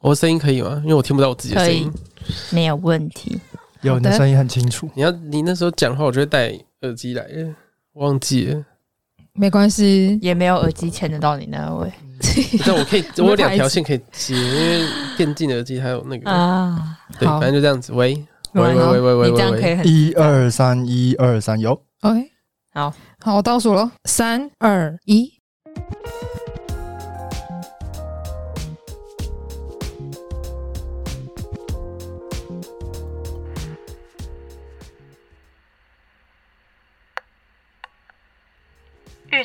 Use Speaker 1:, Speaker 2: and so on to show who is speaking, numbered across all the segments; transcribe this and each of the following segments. Speaker 1: 我的声音可以吗？因为我听不到我自己的声音。
Speaker 2: 没有问题。
Speaker 3: 有你的声音很清楚，
Speaker 1: 你要你那时候讲话，我就会戴耳机来，欸忘记了。
Speaker 4: 没关系，
Speaker 2: 也没有耳机牵得到你那位
Speaker 1: 但我可 以，
Speaker 4: 们
Speaker 1: 我有两
Speaker 4: 排
Speaker 1: 条
Speaker 4: 挤
Speaker 1: 线可以接，因为电竞耳机还有那个，
Speaker 2: 啊，
Speaker 1: 对，
Speaker 4: 好
Speaker 1: 反正就这样子。喂喂
Speaker 4: 喂
Speaker 1: 喂喂喂喂
Speaker 2: 你这样
Speaker 1: 喂
Speaker 2: 可
Speaker 1: 喂，
Speaker 2: 以很
Speaker 3: 一二三，一二三，有。
Speaker 4: ，OK，
Speaker 2: 好，
Speaker 4: 好，我倒数了，三二一，
Speaker 5: 御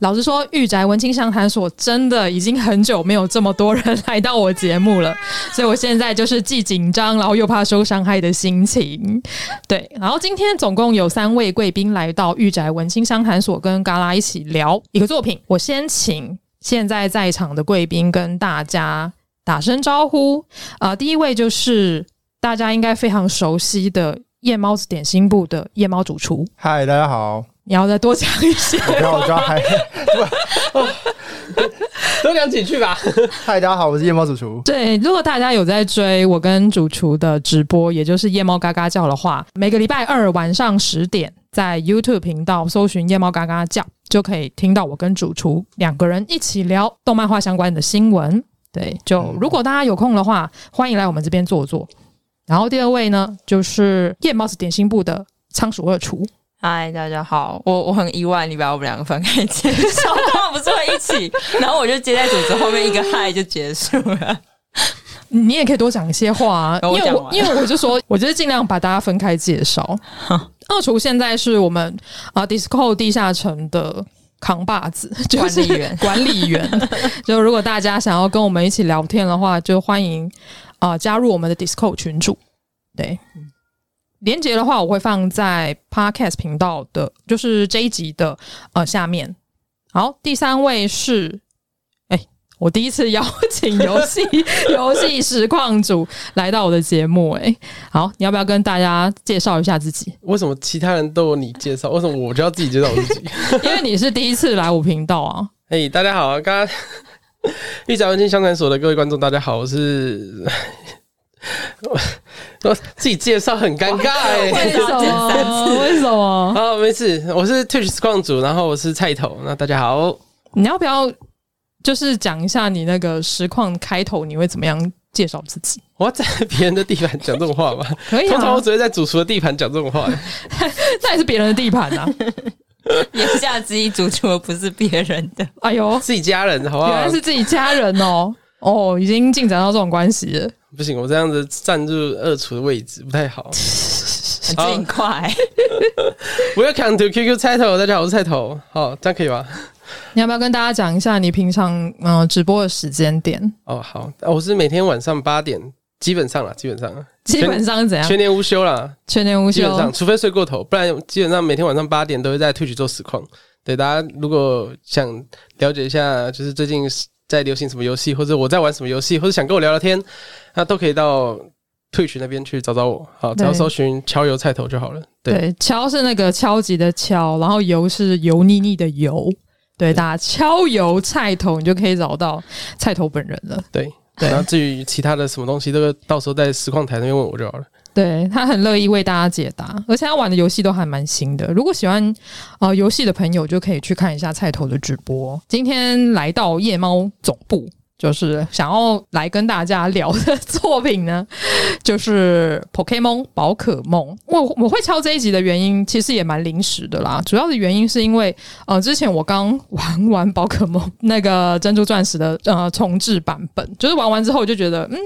Speaker 4: 老实说，御宅文青商谈所真的已经很久没有这么多人来到我节目了，所以我现在就是既紧张，然后又怕受伤害的心情。对，然后今天总共有三位贵宾来到御宅文青商谈所，跟嘎啦一起聊一个作品。我先请现在在场的贵宾跟大家打声招呼。呃，第一位就是大家应该非常熟悉的夜猫子点心部的夜猫主厨，
Speaker 3: 嗨，大家好，
Speaker 4: 你要再多讲 一些。
Speaker 3: 我不要，我就要嗨。
Speaker 1: 多讲几句吧。
Speaker 3: 嗨，大家好，我是夜猫主厨。
Speaker 4: 对，如果大家有在追我跟主厨的直播，也就是夜猫嘎嘎叫的话，每个礼拜二晚上十点，在 YouTube 频道搜寻夜猫嘎嘎叫，就可以听到我跟主厨两个人一起聊动漫画相关的新闻。对，就如果大家有空的话，欢迎来我们这边坐坐。然后第二位呢，就是夜猫子点心部的仓鼠二厨，
Speaker 2: 嗨，大家好，我我很意外你把我们两个分开介绍，他们不是会一起， 然后我就接在主持后面一个嗨就结束了。
Speaker 4: 你也可以多讲一些话、啊，
Speaker 2: 哦
Speaker 4: 因
Speaker 2: 我
Speaker 4: 为
Speaker 2: 讲
Speaker 4: 我
Speaker 2: 完
Speaker 4: 因为我就说，我就是尽量把大家分开介绍。 二厨现在是我们啊、呃 Disco 地下城的扛把子，就是
Speaker 2: 管理员
Speaker 4: 管理员。就如果大家想要跟我们一起聊天的话，就欢迎啊、呃加入我们的 Disco 群组。对，连接的话我会放在 Podcast 频道的，就是这一集的呃下面。好，第三位是。哎，我第一次邀 请游戏游戏实况组来到我的节目、哎，好，你要不要跟大家介绍一下自己？
Speaker 1: 为什么其他人都有你介绍，为什么我就要自己介绍我自己？
Speaker 4: 因为你是第一次来我频道啊，
Speaker 1: 哎、大家好，刚 刚玉宅文青相谈所的各位观众，大家好，我是 我我自己介绍很尴尬哎、
Speaker 2: 为什么
Speaker 4: 为什么？
Speaker 1: 好，没事，我是 Twitch 矿主，然后我是菜头，那大家好，
Speaker 4: 你要不要就是讲一下你那个实况开头你会怎么样介绍自己？
Speaker 1: 我要在别人的地盘讲这种 话吗？
Speaker 4: 可以
Speaker 1: 通常
Speaker 4: 啊
Speaker 1: 我，只会在主厨的地盘讲这种话、哎
Speaker 4: 那也是别人的地盘 啊。
Speaker 2: 言下之意，主厨不是别人的，
Speaker 4: 哎呦，
Speaker 1: 自己家人好不
Speaker 4: 原
Speaker 1: 好
Speaker 4: 来？啊是自己家人哦，哦，已经进展到这种关系了。
Speaker 1: 不行，我这样子站入二厨的位置不太 好。
Speaker 2: 很尽 快。
Speaker 1: Welcome to QQ 菜头，大家好，我是菜头，好，这样可以吧？
Speaker 4: 你要不要跟大家讲一下你平常嗯、呃直播的时间点？
Speaker 1: 哦，好，啊我是每天晚上八点，基本上啦，基本上啦，
Speaker 4: 基本上是怎样？
Speaker 1: 全年无休啦，
Speaker 4: 全年无
Speaker 1: 基本
Speaker 4: 休。
Speaker 1: 上，除非睡过头，不然基本上每天晚上八点都会在 Twitch 做实况。对，大家如果想了解一下，就是最近在流行什么游戏，或者我在玩什么游戏，或者想跟我聊聊天，那都可以到 Twitch 那边去找找我。好，只要
Speaker 4: 对
Speaker 1: 搜寻“敲油菜头”就好了。对，
Speaker 4: 对，敲是那个敲击的敲，然后油是油腻腻的油。对，大家敲油菜头，你就可以找到菜头本人了。
Speaker 1: 对。
Speaker 4: 对
Speaker 1: 然后至于其他的什么东西，都到时候在实况台那边问我就好了。
Speaker 4: 对他很乐意为大家解答，而且他玩的游戏都还蛮新的。如果喜欢呃游戏的朋友，就可以去看一下菜头的直播。今天来到夜猫总部，就是想要来跟大家聊的作品呢， 就是 Pokemon 宝可梦。我我会敲这一集的原因，其实也蛮临时的啦。主要的原因是因为呃，之前我刚玩完宝可梦那个珍珠钻石的呃重置版本，就是玩完之后我就觉得嗯。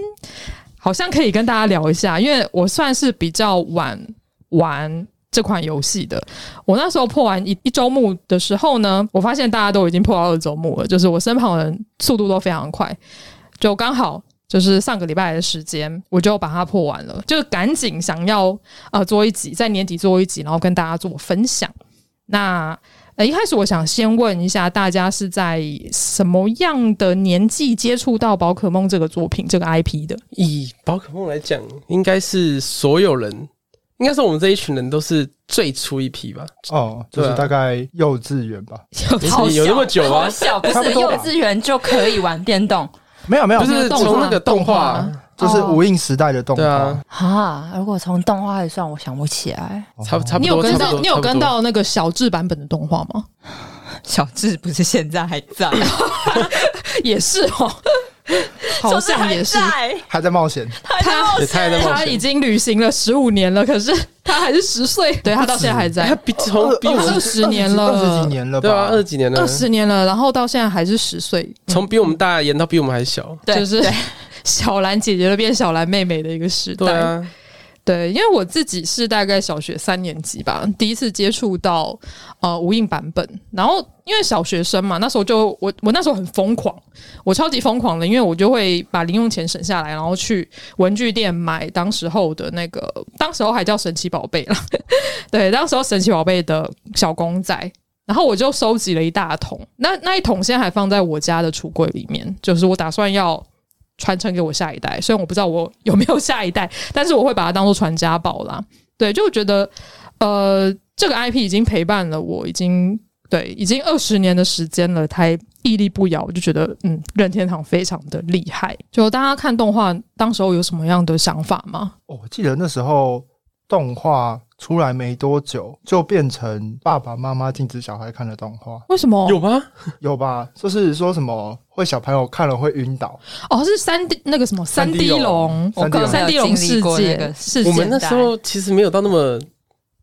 Speaker 4: 好像可以跟大家聊一下，因为我算是比较晚玩这款游戏的。我那时候破完一一周目的时候呢，我发现大家都已经破到二周目了，就是我身旁的人速度都非常快，就刚好就是上个礼拜的时间，我就把它破完了，就赶紧想要呃做一集，在年底做一集，然后跟大家做分享。那呃一开始我想先问一下大家是在什么样的年纪接触到宝可梦这个作品这个 IP 的？
Speaker 1: 以宝可梦来讲，应该是所有人，应该是我们这一群人都是最初一批吧。
Speaker 3: 哦，就是
Speaker 1: 对啊
Speaker 3: 大概幼稚园吧，
Speaker 1: 不
Speaker 2: 好
Speaker 1: 是有那么久
Speaker 2: 小
Speaker 1: 啊
Speaker 2: 好？小，不
Speaker 3: 差
Speaker 2: 是
Speaker 3: 不多
Speaker 2: 幼
Speaker 3: 吧
Speaker 2: 稚园就可以玩电动
Speaker 3: 没有没哦有
Speaker 1: 不，是
Speaker 4: 哦动画
Speaker 1: 从那个动画，
Speaker 3: 就是无印时代的动
Speaker 1: 对
Speaker 3: 画
Speaker 1: 啊，
Speaker 2: 啊？如果从动画来算，我想不起来。
Speaker 3: 哦
Speaker 1: 差不差不
Speaker 4: 你
Speaker 1: 多
Speaker 4: 有跟
Speaker 1: 差不
Speaker 4: 到
Speaker 1: 多
Speaker 4: 你有跟
Speaker 1: 差不多
Speaker 4: 到那个小智版本的动画吗？
Speaker 2: 小智不是现在还 在，
Speaker 4: 也是哦， 好像也是。
Speaker 3: 还在冒险，
Speaker 2: 他在 冒
Speaker 1: 也
Speaker 2: 险。
Speaker 1: 太那么
Speaker 4: 他已经旅行了十五年了，可是他还是十岁，对他到现在还在哦
Speaker 1: 他。比
Speaker 3: 哦
Speaker 1: 从比我
Speaker 4: 二
Speaker 1: 们
Speaker 4: 十年了
Speaker 3: 二十几年了吧？
Speaker 1: 对啊二十几年了
Speaker 4: 二，十年了，然后到现在还是十岁，
Speaker 1: 从比我们大演到比我们还小。
Speaker 2: 对
Speaker 4: 就是
Speaker 2: 对
Speaker 4: 小兰姐姐都变小兰妹妹的一个时代。
Speaker 1: 对啊，
Speaker 4: 对，因为我自己是大概小学三年级吧，第一次接触到呃无印版本，然后因为小学生嘛，那时候就我我那时候很疯狂，我超级疯狂的，因为我就会把零用钱省下来，然后去文具店买当时候的那个，当时候还叫神奇宝贝了， 对，当时候神奇宝贝的小公仔。然后我就收集了一大桶，那那一桶现在还放在我家的橱柜里面，就是我打算要传承给我下一代。虽然我不知道我有没有下一代，但是我会把它当做传家宝啦。对，就我觉得，呃，这个 IP 已经陪伴了我，已经对，已经二十年的时间了，它屹立不摇，我就觉得，嗯，任天堂非常的厉害。就大家看动画，当时候有什么样的想法吗？
Speaker 3: 哦我记得那时候动画出来没多久，就变成爸爸妈妈禁止小孩看的动画，
Speaker 4: 为什么？
Speaker 1: 有吗？
Speaker 3: 有吧？就是说什么会小朋友看了会晕倒，
Speaker 4: 哦，是三 D 那个什么三 D 哦龙，
Speaker 3: 我可能
Speaker 4: 三 D 龙世界世界
Speaker 1: 我们那时候其实没有到那么，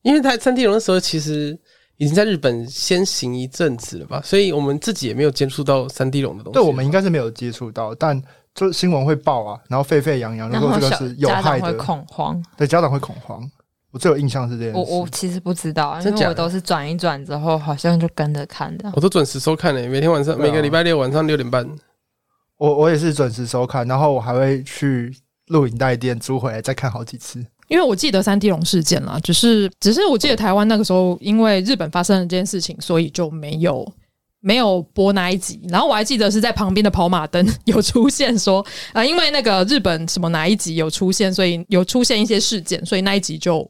Speaker 1: 因为他三 D 龙的时候其实已经在日本先行一阵子了吧，所以我们自己也没有接触到三 D 龙的东西。
Speaker 3: 对我们应该是没有接触到，但就新闻会报啊，然后沸沸扬扬，如
Speaker 2: 然
Speaker 3: 果
Speaker 2: 后
Speaker 3: 这个
Speaker 2: 小
Speaker 3: 是有
Speaker 2: 家
Speaker 3: 害
Speaker 2: 长会
Speaker 3: 的，
Speaker 2: 恐慌，
Speaker 3: 对家长会恐慌。我最有印象是这件事，
Speaker 2: 我我其实不知道，因
Speaker 1: 真假
Speaker 2: 为
Speaker 1: 的
Speaker 2: 我都是转一转之后，好像就跟着看的。
Speaker 1: 我都准时收看嘞、每天晚上、
Speaker 3: 对啊
Speaker 1: 每个礼拜六晚上六点半。
Speaker 3: 我我也是准时收看，然后我还会去录影带店租回来再看好几次。
Speaker 4: 因为我记得三 D 龙事件啦，只是只是我记得台湾那个时候，因为日本发生了这件事情，所以就没有没有播那一集。然后我还记得是在旁边的跑马灯有出现说，啊、因为那个日本什么哪一集有出现，所以有出现一些事件，所以那一集就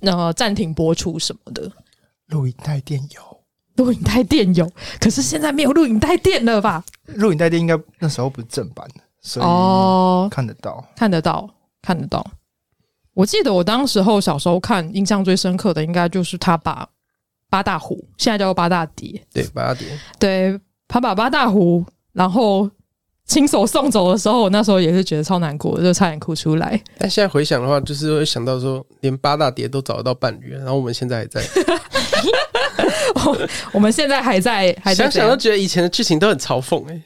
Speaker 4: 呃暂停播出什么的。
Speaker 3: 录影带店有，
Speaker 4: 录影带店有，可是现在没有录影带店了吧？
Speaker 3: 录影带店应该那时候不是正版的，所以
Speaker 4: 哦，
Speaker 3: 看得到。
Speaker 4: 看得到，看得到。我记得我当时候小时候看，印象最深刻的应该就是他把八大虎，现在叫八大蝶，
Speaker 1: 对，八点。
Speaker 4: 对，他把八大虎，然后亲手送走的时候，我那时候也是觉得超难过的，就差点哭出来。
Speaker 1: 但现在回想的话，就是会想到说，连八大碟都找得到伴侣，然后我们现在还在，
Speaker 4: 我们现在还在， 还在
Speaker 1: 想
Speaker 4: 这
Speaker 1: 想
Speaker 4: 样
Speaker 1: 都觉得以前的剧情都很嘲讽哎、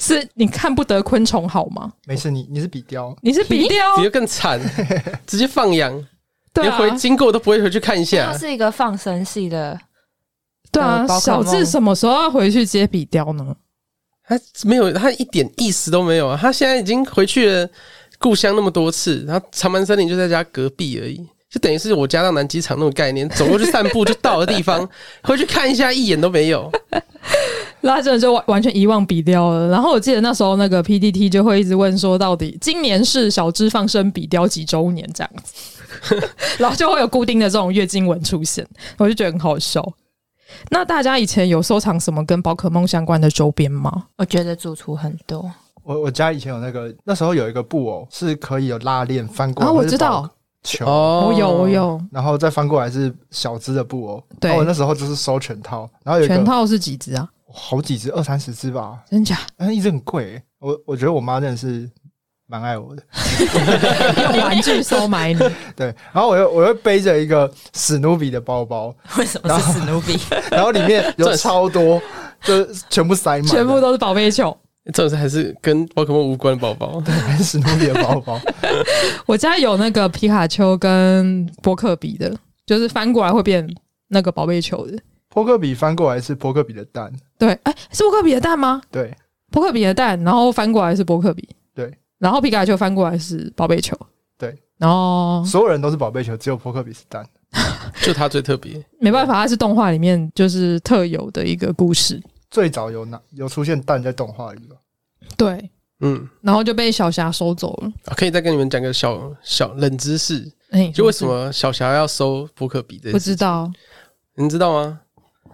Speaker 4: 是你看不得昆虫好吗？
Speaker 3: 没事，你你是比雕，
Speaker 4: 你是比雕，
Speaker 1: 你就更惨， 直接放羊，
Speaker 4: 哦对
Speaker 1: 连
Speaker 4: 啊，
Speaker 1: 回经过都不会回去看一
Speaker 2: 它
Speaker 1: 下。
Speaker 2: 是一个放生系的，
Speaker 4: 对啊
Speaker 2: 呃，宝可
Speaker 4: 小智
Speaker 2: 梦
Speaker 4: 什么时候要回去接比雕呢？
Speaker 1: 他没有，他一点意思都没有啊！他现在已经回去了故乡那么多次，然后长门森林就在家隔壁而已，就等于是我家到南机场那种概念，走过去散步就到的地方，回去看一下一眼都没有。
Speaker 4: 然后他真的就完完全遗忘比雕了。然后我记得那时候那个 PDT 就会一直问说，到底今年是小只放生比雕几周年这样子， 然后就会有固定的这种月经文出现，我就觉得很好笑。那大家以前有收藏什么跟宝可梦相关的周边吗？
Speaker 2: 我觉得主厨很多。
Speaker 3: 我我家以前有那个，那时候有一个布偶是可以有拉链翻过来，
Speaker 4: 啊我
Speaker 3: 会是
Speaker 4: 知道
Speaker 3: 宝球，
Speaker 1: 哦
Speaker 4: 我有，我，有，
Speaker 3: 然后再翻过来是小只的布偶。
Speaker 4: 对
Speaker 3: 然后我那时候就是收全套，然后有一个
Speaker 4: 全套是几只啊？
Speaker 3: 好几只，二三十只吧，
Speaker 4: 真假？
Speaker 3: 但是一直很贵欸。我我觉得我妈真的是蛮爱我的。
Speaker 4: 用玩具收买你，
Speaker 3: 对，然后我又我又背着一个史努比的包包，
Speaker 2: 为什么是史努比？
Speaker 3: 然后里面有
Speaker 1: 这是
Speaker 3: 超多，就是全部塞满了，
Speaker 4: 全部都是宝贝球。
Speaker 1: 这种事还是跟宝可梦无关的宝宝。
Speaker 3: 是 史努比的包包。
Speaker 4: 我家有那个皮卡丘跟波克比的，就是翻过来会变那个宝贝球的。
Speaker 3: 扑克笔翻过来是扑克笔的蛋，
Speaker 4: 对，哎、是伯克比的蛋吗？
Speaker 3: 对
Speaker 4: 伯克比的蛋，然后翻过来是伯克比。
Speaker 3: 对，
Speaker 4: 然后皮卡丘翻过来是宝贝球，
Speaker 3: 对，
Speaker 4: 然后
Speaker 3: 所有人都是宝贝球，只有扑克比是蛋。
Speaker 1: 就它最特别。
Speaker 4: 没办法，它是动画里面就是特有的一个故事，
Speaker 3: 最早有哪有出现蛋在动画里吧？
Speaker 4: 对，
Speaker 1: 嗯，
Speaker 4: 然后就被小霞收走了。
Speaker 1: 啊可以再跟你们讲个小小冷知识，
Speaker 4: 哎，
Speaker 1: 就为什么小霞要收扑克笔这件
Speaker 4: 不
Speaker 1: 事情
Speaker 4: 知道？
Speaker 1: 你知道吗？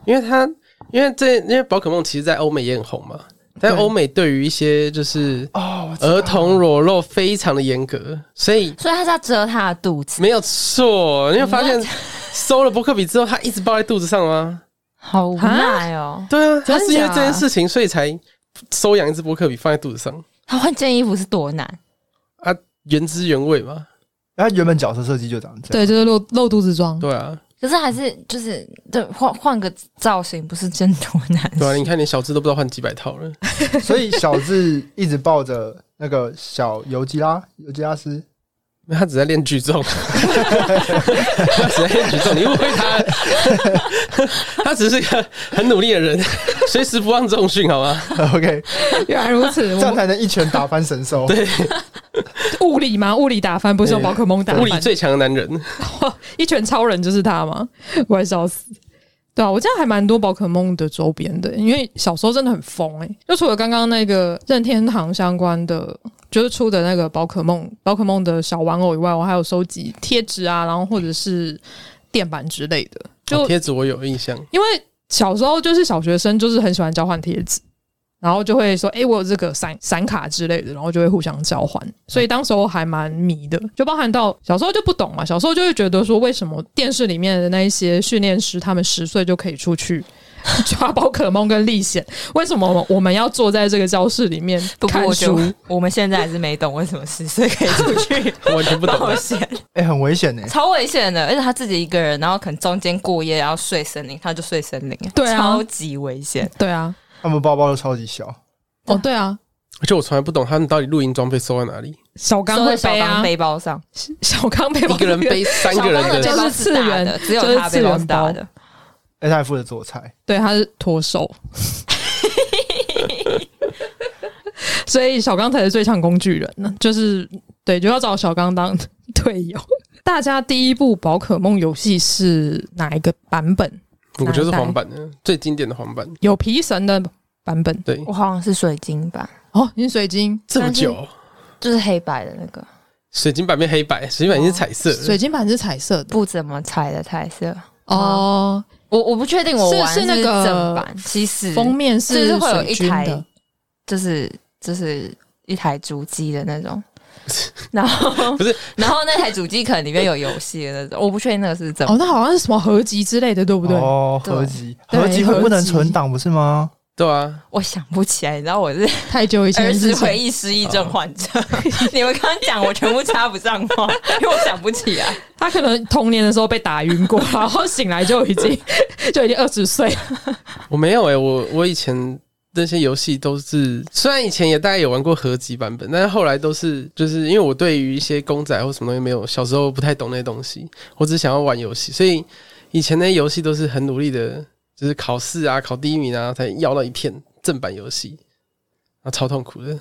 Speaker 1: 因为它，因为这，因为宝可梦其实，在欧美也很红嘛。但
Speaker 4: 对
Speaker 1: 欧美对于一些就是
Speaker 3: 哦，我知道
Speaker 1: 儿童裸露非常的严格，所以
Speaker 2: 所以他是要遮他的肚子，
Speaker 1: 没有错。你有发现收了伯克比之后，他一直抱在肚子上吗？
Speaker 2: 好无奈哦。
Speaker 1: 对啊，
Speaker 4: 真
Speaker 1: 他
Speaker 4: 的
Speaker 1: 是因为这
Speaker 4: 假
Speaker 1: 件
Speaker 4: 的
Speaker 1: 事情，所以才收养一只伯克比放在肚子上
Speaker 2: 他换件衣服是多难？
Speaker 1: 啊，原汁原味嘛。
Speaker 3: 他原本角色设计就长这
Speaker 4: 对，
Speaker 3: 样，
Speaker 4: 就是露露肚子装。
Speaker 1: 对啊，
Speaker 2: 可是还是就是对换换个造型，不是真多难？
Speaker 1: 对啊，你看连小智都不知道换几百套了。
Speaker 3: 对，所以小智一直抱着那个小尤吉拉，尤吉拉斯，
Speaker 1: 他只在练举重，他只在练举重，你误会他了，他只是个很努力的人，随时不忘重训，好吗？
Speaker 3: OK，
Speaker 4: 原来如此，
Speaker 3: 这
Speaker 4: 我
Speaker 3: 样
Speaker 4: 们
Speaker 3: 才能一拳打翻神兽。对，
Speaker 4: 物理吗？物理打翻不是用宝可梦打翻，
Speaker 1: 物理最强的男人，
Speaker 4: 一拳超人就是他吗？ 我快笑死。对啊，我家还蛮多宝可梦的周边的，因为小时候真的很疯哎、就除了刚刚那个任天堂相关的，就是出的那个宝可梦、宝可梦的小玩偶以外，我还有收集贴纸啊，然后或者是电板之类的。就
Speaker 1: 哦贴纸我有印象，
Speaker 4: 因为小时候就是小学生，就是很喜欢交换贴纸，然后就会说：“诶，我有这个闪闪卡之类的。”然后就会互相交换，所以当时候还蛮迷的，就包含到小时候就不懂嘛，小时候就会觉得说，为什么电视里面的那一些训练师，他们十岁就可以出去。 抓宝可梦跟历险，为什么我们要坐在这个教室里面
Speaker 2: 不过
Speaker 4: 看
Speaker 2: 我觉
Speaker 4: 书？
Speaker 2: 得我们现在还是没懂为什么十岁可以出去
Speaker 1: 我完全不懂。啊
Speaker 2: 冒险，
Speaker 3: 哎、很危险呢、
Speaker 2: 超危险的。而且他自己一个人，然后可能中间过夜，然后睡森林，他就睡森林，
Speaker 4: 对啊
Speaker 2: 超级危险。
Speaker 4: 对啊，
Speaker 3: 他们包包都超级小，
Speaker 4: 哦对啊，
Speaker 1: 而且我从来不懂他们到底露营装备收在哪里，
Speaker 4: 小刚
Speaker 2: 收
Speaker 4: 会
Speaker 2: 在小
Speaker 4: 背啊
Speaker 2: 刚，背包上，
Speaker 4: 小刚背包
Speaker 1: 一个人背三个人
Speaker 2: 小刚的
Speaker 4: 就
Speaker 1: 的，
Speaker 2: 背包大
Speaker 4: 就是次
Speaker 2: 的，
Speaker 4: 元
Speaker 2: 只有他背包是大
Speaker 4: 就是次
Speaker 2: 的。
Speaker 3: 哎、他还负责做菜，
Speaker 4: 对，他是脱手， 所以小刚才是最强工具人呢，就是对，就要找小刚当队友。大家第一部宝可梦游戏是哪一个版本？
Speaker 1: 我觉得是
Speaker 4: 哪一代
Speaker 1: 黄版的，最经典的黄版。
Speaker 4: 有皮神的版本
Speaker 1: 对，
Speaker 2: 我好像是水晶吧，
Speaker 4: 哦，饮水晶，
Speaker 1: 这么久，
Speaker 2: 就是黑白的那个，
Speaker 1: 水晶版变黑白，水晶版已经是彩色的，
Speaker 4: 水晶版是彩色的
Speaker 2: 不怎么彩的彩色。
Speaker 4: 哦，
Speaker 2: 我我不确定我
Speaker 4: 是
Speaker 2: 玩
Speaker 4: 是那
Speaker 2: 不
Speaker 4: 个
Speaker 2: 正版，其实
Speaker 4: 啊封面
Speaker 2: 就是会有
Speaker 4: 水
Speaker 2: 一
Speaker 4: 晶
Speaker 2: 台
Speaker 4: 的，
Speaker 2: 就是就是一台主机的那 种，然后
Speaker 1: 不是，
Speaker 2: 然后那台主机可能里面有游戏的那种，我不确定那个是怎么
Speaker 4: 哦，。那好像是什么合集之类的，对不对？
Speaker 3: 哦，
Speaker 2: 对
Speaker 3: 合集，
Speaker 4: 对
Speaker 3: 合集会不能
Speaker 4: 合集
Speaker 3: 存档不是吗？
Speaker 1: 对啊，
Speaker 2: 我想不起来，你知道我是
Speaker 4: 太久以前
Speaker 2: 儿
Speaker 4: 的事
Speaker 2: 时
Speaker 4: 情
Speaker 2: 回忆失忆症患者。 你们刚刚讲我全部插不上话， 因为我想不起来。
Speaker 4: 他可能童年的时候被打晕过， 然后醒来就已经就已经二十岁了。
Speaker 1: 我没有诶、我我以前那些游戏都是，虽然以前也大概有玩过合集版本，但是后来都是就是因为我对于一些公仔或什么东西没有，小时候不太懂那些东西，我只想要玩游戏，所以以前那些游戏都是很努力的，就是考试啊、考第一名啊，才要到一片正版游戏，啊，超痛苦的，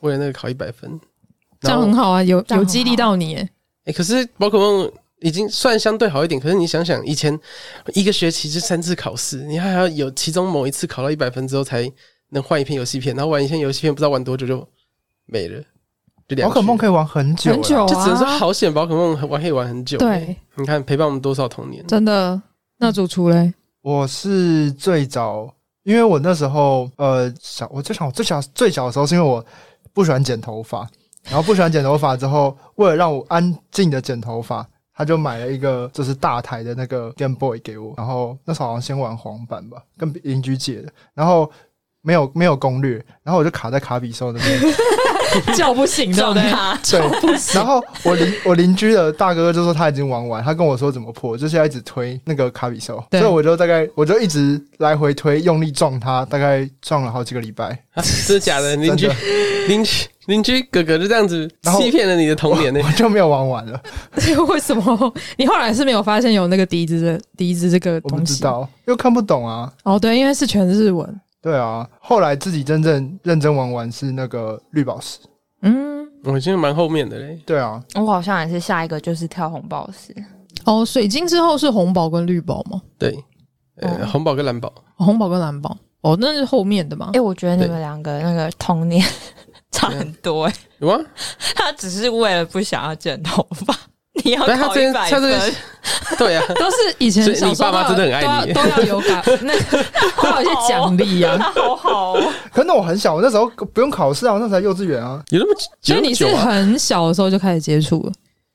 Speaker 1: 为了那个考一百分，
Speaker 4: 这
Speaker 1: 然
Speaker 4: 样
Speaker 1: 后
Speaker 4: 很好啊，有
Speaker 2: 这样很好
Speaker 4: 有激励到你耶。
Speaker 1: 欸，可是宝可梦已经算相对好一点，可是你想想，以前一个学期就三次考试，你还要有其中某一次考到一百分之后才能换一片游戏片，然后玩一片游戏片不知道玩多久就没了，就两
Speaker 3: 宝可梦可以玩很久、欸，
Speaker 4: 很久
Speaker 1: 就只能说
Speaker 4: 啊
Speaker 1: 好险，宝可梦玩可以玩很久、
Speaker 4: 对，，
Speaker 1: 你看陪伴我们多少童年，
Speaker 4: 真的。那主厨嘞，
Speaker 3: 我是最早，因为我那时候呃小，我最小最小最小的时候是因为我不喜欢剪头发，然后不喜欢剪头发之后，为了让我安静的剪头发，他就买了一个就是大台的那个 Game Boy 给我，然后那时候好像先玩黄版吧，跟邻居借的，然后没有没有攻略，然后我就卡在卡比兽那边，
Speaker 4: 叫不醒，对不对？
Speaker 2: 他，
Speaker 3: 对，然后我邻我邻居的大哥哥就说他已经玩完，他跟我说怎么破，就是要一直推那个卡比兽，
Speaker 4: 对
Speaker 3: 所以我就大概我就一直来回推，用力撞他，大概撞了好几个礼拜。
Speaker 1: 啊、真的假的？邻居
Speaker 3: 真的
Speaker 1: 邻居邻居哥哥就这样子
Speaker 3: 然后
Speaker 1: 欺骗了你的童年呢、
Speaker 3: 我就没有玩完了，
Speaker 4: 为什么你后来是没有发现有那个笛子的笛子这个
Speaker 3: 我不
Speaker 4: 东
Speaker 3: 知
Speaker 4: 西？
Speaker 3: 道，又看不懂啊。
Speaker 4: 哦，对，因为是全日文。
Speaker 3: 对啊，后来自己真正认真玩完是那个绿宝石，
Speaker 4: 嗯，
Speaker 1: 我现在蛮后面的嘞。
Speaker 3: 对啊，
Speaker 2: 我好像也是下一个就是跳红宝石，
Speaker 4: 哦，水晶之后是红宝跟绿宝吗？
Speaker 1: 对，呃，
Speaker 2: 哦
Speaker 1: 红宝跟蓝宝，
Speaker 4: 哦红宝跟蓝宝，哦，那是后面的嘛
Speaker 2: 哎、？我觉得你们两个那个童年差很多 哎、
Speaker 1: 有吗？
Speaker 2: 他只是为了不想要剪头发， 你要
Speaker 1: 但他
Speaker 2: 考
Speaker 1: 这
Speaker 2: 一
Speaker 1: 件
Speaker 2: 百
Speaker 1: 他这
Speaker 2: 分
Speaker 1: 件， 对 啊，
Speaker 4: 都是以前
Speaker 1: 所以
Speaker 4: 小
Speaker 1: 你
Speaker 4: 时候
Speaker 1: 爸妈
Speaker 4: 都
Speaker 1: 真的
Speaker 4: 要
Speaker 1: 很爱你啊
Speaker 4: 都要都要有感，那 个都要有一些奖励 啊呀。
Speaker 2: 他 好好、哦，
Speaker 3: 可那我很小，我那时候不用考试啊，我那时候才幼稚园啊。
Speaker 1: 有那么
Speaker 4: 所
Speaker 1: 有那
Speaker 4: 以你
Speaker 1: 么
Speaker 4: 是
Speaker 1: 久啊？
Speaker 4: 很小的时候就开始接触了，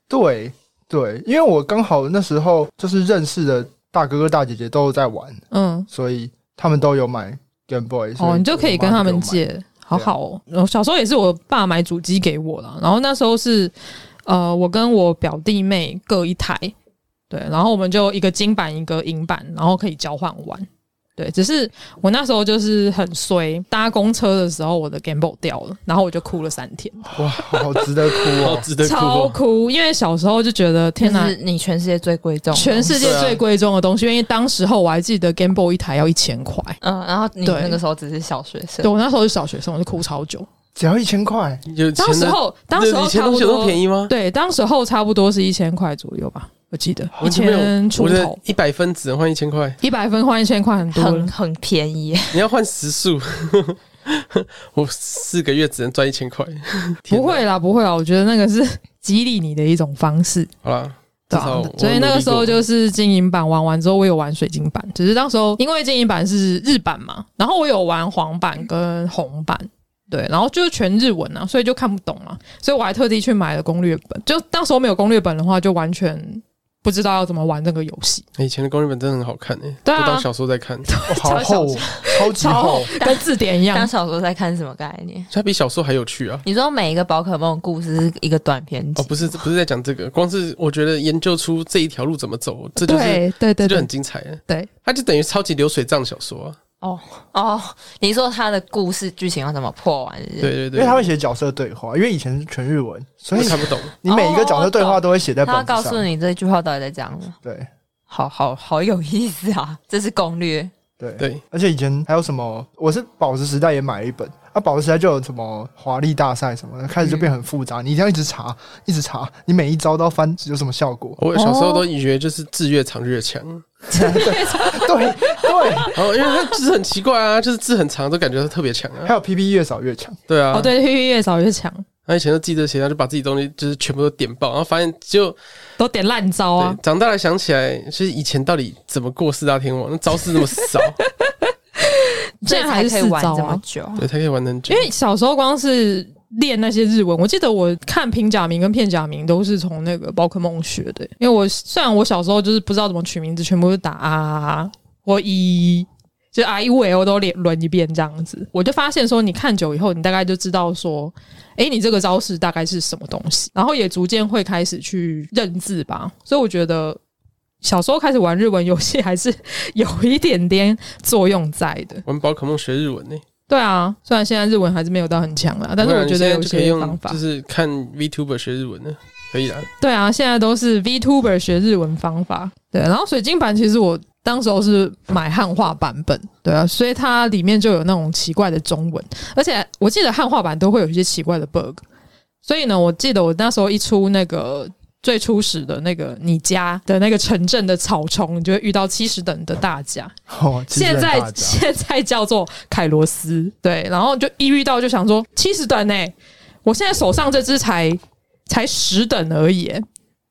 Speaker 3: 对对，因为我刚好那时候就是认识的大哥哥大姐姐都在玩，
Speaker 4: 嗯，
Speaker 3: 所以他们都有买 Game Boy，所
Speaker 4: 哦，你就可以跟他们
Speaker 3: 我妈就给我买。
Speaker 4: 借，好好哦。然后小时候也是我爸买主机给我啦，然后那时候是呃，我跟我表弟妹各一台，对，然后我们就一个金版一个银版，然后可以交换玩。对，只是我那时候就是很衰，搭公车的时候我的 Game Boy 掉了，然后我就哭了三天，
Speaker 3: 哇，好值得哭
Speaker 1: 好
Speaker 3: 哦！
Speaker 1: 值得哭
Speaker 4: 超
Speaker 1: 哦。
Speaker 4: 哭，因为小时候就觉得 天
Speaker 2: 天
Speaker 4: 哪
Speaker 2: 哪，，你全世界最贵重，
Speaker 4: 全世界
Speaker 1: 对啊
Speaker 4: 最贵重的东西，因为当时候我还记得 Game Boy 一台要一千块，
Speaker 2: 嗯，然后你
Speaker 4: 对
Speaker 2: 那个时候只是小学生
Speaker 4: 对，我那时候是小学生，我就哭超久。
Speaker 3: 只要一千块，
Speaker 1: 有钱
Speaker 4: 当时
Speaker 1: 的，
Speaker 4: 候，当时候
Speaker 1: 以前
Speaker 4: 差
Speaker 1: 东
Speaker 4: 不
Speaker 1: 西有那么
Speaker 4: 多
Speaker 1: 便宜吗？
Speaker 4: 对，当时候差不多是一千块左右吧，我记得一
Speaker 1: 完全没有
Speaker 4: 千出
Speaker 1: 我的
Speaker 4: 头，
Speaker 1: 一百分只能换一千块，
Speaker 4: 一百分换一千块很多了
Speaker 2: 很。很便宜，
Speaker 1: 你要换时速， 我四个月只能赚一千块。天
Speaker 4: 不
Speaker 1: 哪
Speaker 4: 会啦，不会啦，我觉得那个是激励你的一种方式，
Speaker 1: 好啦，至
Speaker 4: 对
Speaker 1: 少
Speaker 4: 啊
Speaker 1: 我。
Speaker 4: 所以那个时候
Speaker 1: 努力过
Speaker 4: 就是金银版玩完之后，我有玩水晶版，只是当时候因为金银版是日版嘛，然后我有玩黄版跟红版。对，然后就是全日文啊，所以就看不懂啊，所以我还特地去买了攻略本。就当时候没有攻略本的话，就完全不知道要怎么玩这个游戏。
Speaker 1: 哎以前的光日本真的很好看欸诶，
Speaker 4: 对啊
Speaker 1: 都当小说在看，
Speaker 3: 哇好
Speaker 4: 超小
Speaker 3: 厚哦，超级厚
Speaker 4: 超厚，跟字典一样
Speaker 2: 当，小时候在看什么概念？
Speaker 1: 它比小说还有趣 啊。
Speaker 2: 你说每一个宝可梦故事是一个短篇集
Speaker 1: 哦，，不是，不是在讲这个，光是我觉得研究出这一条路怎么走，这就是
Speaker 4: 对对对
Speaker 1: 这就
Speaker 4: 对
Speaker 1: 很精彩了。
Speaker 4: 对，
Speaker 1: 它就等于超级流水账小说啊。
Speaker 2: 哦哦，你说他的故事剧情要怎么破完？是不是
Speaker 1: 对对
Speaker 3: 因
Speaker 1: 对，
Speaker 3: 为他会写角色对话，因为以前是全日文，所以
Speaker 1: 我看不懂。
Speaker 3: 你每一个角色对
Speaker 2: 哦我
Speaker 3: 话
Speaker 2: 懂
Speaker 3: 都会写在本
Speaker 2: 他要
Speaker 3: 子
Speaker 2: 告
Speaker 3: 上。
Speaker 2: 诉你这句话到底在讲什么，
Speaker 3: 对
Speaker 2: 好好好有意思啊！ 这是攻略，
Speaker 3: 对
Speaker 1: 对，？
Speaker 3: 而且以前还有什么，我是宝石时代也买了一本，啊，宝石时代就有什么华丽大赛什么的，开始就变很复杂，你一定要一直查，一直查，你每一招都要翻有什么效果
Speaker 1: 我小时候都
Speaker 4: 哦
Speaker 1: 以为就是字越长越强，
Speaker 3: 对对，
Speaker 1: 然后哦因为它字很奇怪啊，就是字很长都感觉它特别强
Speaker 3: 还
Speaker 1: 啊。
Speaker 3: 有 PB 越少越强，
Speaker 1: 对啊，
Speaker 4: 哦，对，越少越强，
Speaker 1: 他以前就记这些，他就把自己东西就是全部都点爆，然后发现就
Speaker 4: 都点烂招
Speaker 1: 对
Speaker 4: 啊！
Speaker 1: 长大了想起来，就是以前到底怎么过四大天王，那招式那么 少，
Speaker 4: 现在还是
Speaker 2: 所以才可
Speaker 4: 四
Speaker 2: 以玩
Speaker 4: 招
Speaker 2: 这么
Speaker 4: 啊，
Speaker 2: 久。
Speaker 1: 对，才可以玩得很久
Speaker 4: 因。为小时候光是练那些日文，我记得我看平假名跟片假名都是从那个宝可梦学的。因为我虽然我小时候就是不知道怎么取名字，全部是打啊或一，就 I U L 都连轮一遍这样子，我就发现说，你看久以后，你大概就知道说，诶，你这个招式大概是什么东西，然后也逐渐会开始去认字吧。所以我觉得。小时候开始玩日文游戏，还是 有一点点作用在的。
Speaker 1: 玩宝可梦学日文呢、
Speaker 4: 对啊，虽然现在日文还是没有到很强啦，但是
Speaker 1: 不然啊
Speaker 4: 我觉得
Speaker 1: 现在
Speaker 4: 有
Speaker 1: 就可以
Speaker 4: 些方
Speaker 1: 用
Speaker 4: 法，
Speaker 1: 就是看 VTuber 学日文呢，可以啦。
Speaker 4: 对啊，现在都是 VTuber 学日文方法。对，然后水晶版其实我当时候是买汉化版本，对啊，所以它里面就有那种奇怪的中文，而且我记得汉化版都会有一些奇怪的 bug。所以呢，我记得我那时候一出那个最初始的那个你家的那个城镇的草丛，你就会遇到七十等的大家，
Speaker 3: 哦，其实
Speaker 4: 现
Speaker 3: 很
Speaker 4: 在
Speaker 3: 大家
Speaker 4: 现在叫做凯罗斯，对，然后就一遇到就想说七十等呢、我现在手上这只才才十等而已、欸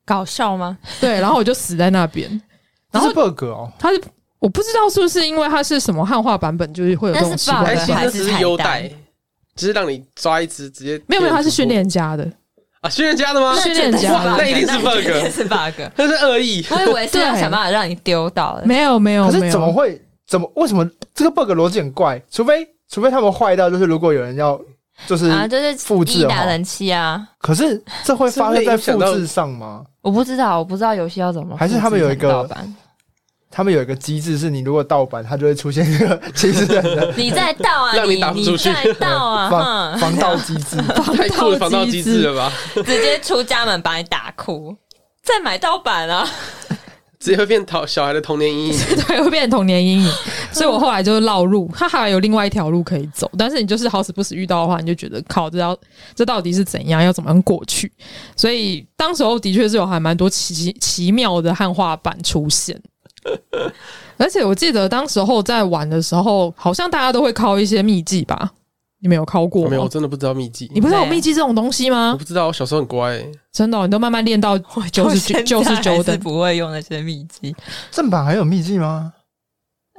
Speaker 2: 搞笑吗？
Speaker 4: 对，然后我就死在那边，然后
Speaker 3: 这是 bug 哦，
Speaker 4: 他是我不知道是不是因为它是什么汉化版本，就是会有这种
Speaker 2: 但是
Speaker 4: 奇怪
Speaker 2: 对
Speaker 1: 但
Speaker 4: 的
Speaker 1: 其实
Speaker 4: 版本，
Speaker 2: 还
Speaker 1: 那
Speaker 2: 是
Speaker 1: 只
Speaker 2: 彩
Speaker 1: 是
Speaker 2: 蛋
Speaker 1: 优待，只是让你抓一只直接
Speaker 4: 没有没有，它是训练家的，
Speaker 1: 啊，训练家的吗？
Speaker 4: 训练家
Speaker 1: 那一定是 bug
Speaker 2: 那一定是 bug。
Speaker 1: 那是恶意。
Speaker 2: 我以为是要
Speaker 4: 对
Speaker 2: 想办法让你丢到的，
Speaker 4: 没有没有
Speaker 3: 可
Speaker 4: 哦没
Speaker 3: 是怎么
Speaker 4: 有，
Speaker 3: 会？怎么为什么这个 bug 逻辑很怪？除非除非他们坏到就是如果有人要就是，
Speaker 2: 啊，就是
Speaker 3: 复制
Speaker 2: 一
Speaker 1: 哦
Speaker 3: 的话
Speaker 2: 打人气啊。
Speaker 3: 可是这会发生在复制上吗？
Speaker 2: 我不知道，我不知道游戏要怎么复制成盗版，
Speaker 3: 还是他们有一个他们有一个机制，是你如果盗版，它就会出现一个 其实的
Speaker 2: 你再倒啊，
Speaker 1: 让你
Speaker 2: 你
Speaker 1: 打不出去
Speaker 2: 你再 倒啊，
Speaker 3: 防
Speaker 2: 哼
Speaker 3: 防盗机制。
Speaker 1: 太酷了，防
Speaker 4: 防
Speaker 1: 盗
Speaker 4: 盗
Speaker 1: 机
Speaker 4: 机
Speaker 1: 制
Speaker 4: 制
Speaker 1: 了 吧？
Speaker 2: 直接出家门把你打哭，再买盗版啊。
Speaker 1: 直接会变讨小孩的童年阴影。
Speaker 4: 对，会变成童年阴影。所以我后来就绕路，它还有另外一条路可以走，但是你就是好死不死遇到的话，你就觉得靠，这要这到底是怎样，要怎么样过去？所以当时候的确是有还蛮多奇奇妙的汉化版出现。而且我记得当时候在玩的时候，好像大家都会靠一些秘技吧？你们有靠过吗？
Speaker 1: 没有，我真的不知道秘籍。
Speaker 4: 你不知道有
Speaker 2: 对
Speaker 4: 秘技这种东西
Speaker 1: 我
Speaker 4: 吗？
Speaker 1: 不知道，我小时候很乖、
Speaker 4: 真的哦、你都慢慢练到九十九九十九
Speaker 2: 我现在还是
Speaker 4: 等，
Speaker 2: 不会用那些秘籍，
Speaker 3: 正版还有秘籍吗？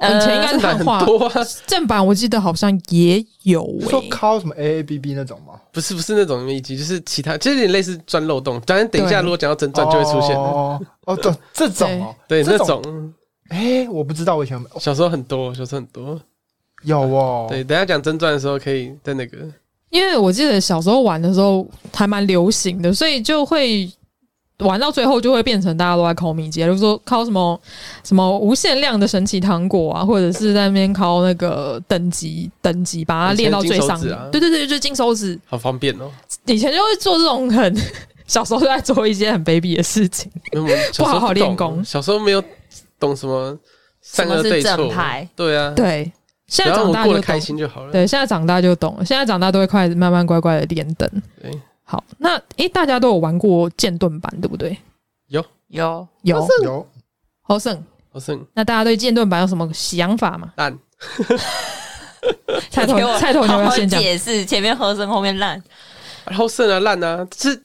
Speaker 4: 以嗯前应该是
Speaker 1: 但
Speaker 4: 汉
Speaker 1: 很
Speaker 4: 化
Speaker 1: 多啊，
Speaker 4: 正版，我记得好像也有欸
Speaker 3: 不是
Speaker 4: 诶、
Speaker 3: 说靠什么 A A B B 那种吗？
Speaker 1: 不是不是那种秘籍，就是其他，就是有点类似钻漏洞。当然，等一下
Speaker 4: 对
Speaker 1: 如果讲到真钻就会出现的，
Speaker 3: 哦哦，对，这种哦，
Speaker 1: 对那
Speaker 3: 这种，
Speaker 1: 种
Speaker 3: 哎，我不知道我以前有没有
Speaker 1: 小时候很多，小时候很多。
Speaker 3: 有哦，
Speaker 1: 对，等一下讲真钻的时候可以在那个，
Speaker 4: 因为我记得小时候玩的时候还蛮流行的，所以就会玩到最后就会变成大家都在考米姐，比如说考什么什么无限量的神奇糖果啊，或者是在那边考那个等级等级，把它列到最上
Speaker 1: 以前金手指
Speaker 4: 面。
Speaker 1: 啊
Speaker 4: 对对对，就是金手指。
Speaker 1: 好方便哦。
Speaker 4: 以前就会做这种很 小时候就在做一些很卑鄙的事情。
Speaker 1: 因为我们小时候
Speaker 4: 不好好
Speaker 1: 懂
Speaker 4: 练功
Speaker 1: 小时候没有懂什么善恶对
Speaker 2: 什么
Speaker 1: 错
Speaker 2: 是正派，
Speaker 1: 对啊，
Speaker 4: 对，现
Speaker 1: 只要
Speaker 4: 在长
Speaker 1: 我
Speaker 4: 大
Speaker 1: 过
Speaker 4: 就
Speaker 1: 得开
Speaker 4: 懂。
Speaker 1: 心就好了。
Speaker 4: 对，现在长大就懂了。现在长大都会快慢慢乖乖的练等。
Speaker 1: 对，
Speaker 4: 好，那诶、大家都有玩过剑盾版，对不对？
Speaker 2: 有
Speaker 4: 有，
Speaker 3: 有
Speaker 4: 好胜。
Speaker 1: 好胜
Speaker 4: 那大家对剑盾版有什么想法吗？
Speaker 1: 烂，
Speaker 4: 菜头
Speaker 2: 给我
Speaker 4: 菜头，你要不
Speaker 2: 好
Speaker 4: 要
Speaker 2: 好
Speaker 4: 先讲？
Speaker 2: 解释前面和声后面烂，
Speaker 1: 好胜啊烂啊，是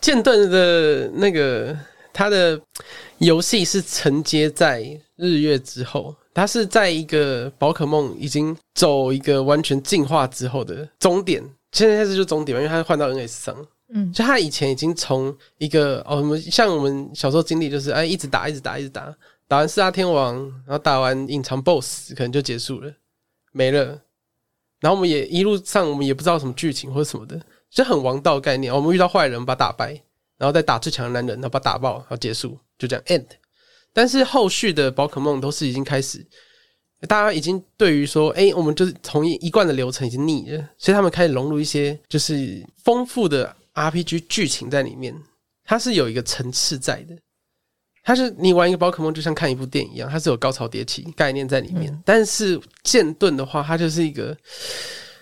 Speaker 1: 剑盾的那个它的游戏是承接在日月之后。它是在一个宝可梦已经走一个完全进化之后的终点，现在是就终点嘛，因为它换到 NS 上，
Speaker 4: 嗯，
Speaker 1: 就他以前已经从一个哦，我们像我们小时候经历就是，哎，一直打，一直打，一直打，打完四大天王，然后打完隐藏 BOSS，可能就结束了，没了。然后我们也一路上，我们也不知道什么剧情或者什么的，就很王道概念。我们遇到坏人，把他打败，然后再打最强的男人，然后把他打爆，然后结束，就这样 end。但是后续的宝可梦都是已经开始，大家已经对于说，哎、我们就是从一一贯的流程已经腻了，所以他们开始融入一些就是丰富的 RPG 剧情在里面，它是有一个层次在的。它是你玩一个宝可梦，就像看一部电影一样，它是有高潮迭起概念在里面。但是剑盾的话，它就是一个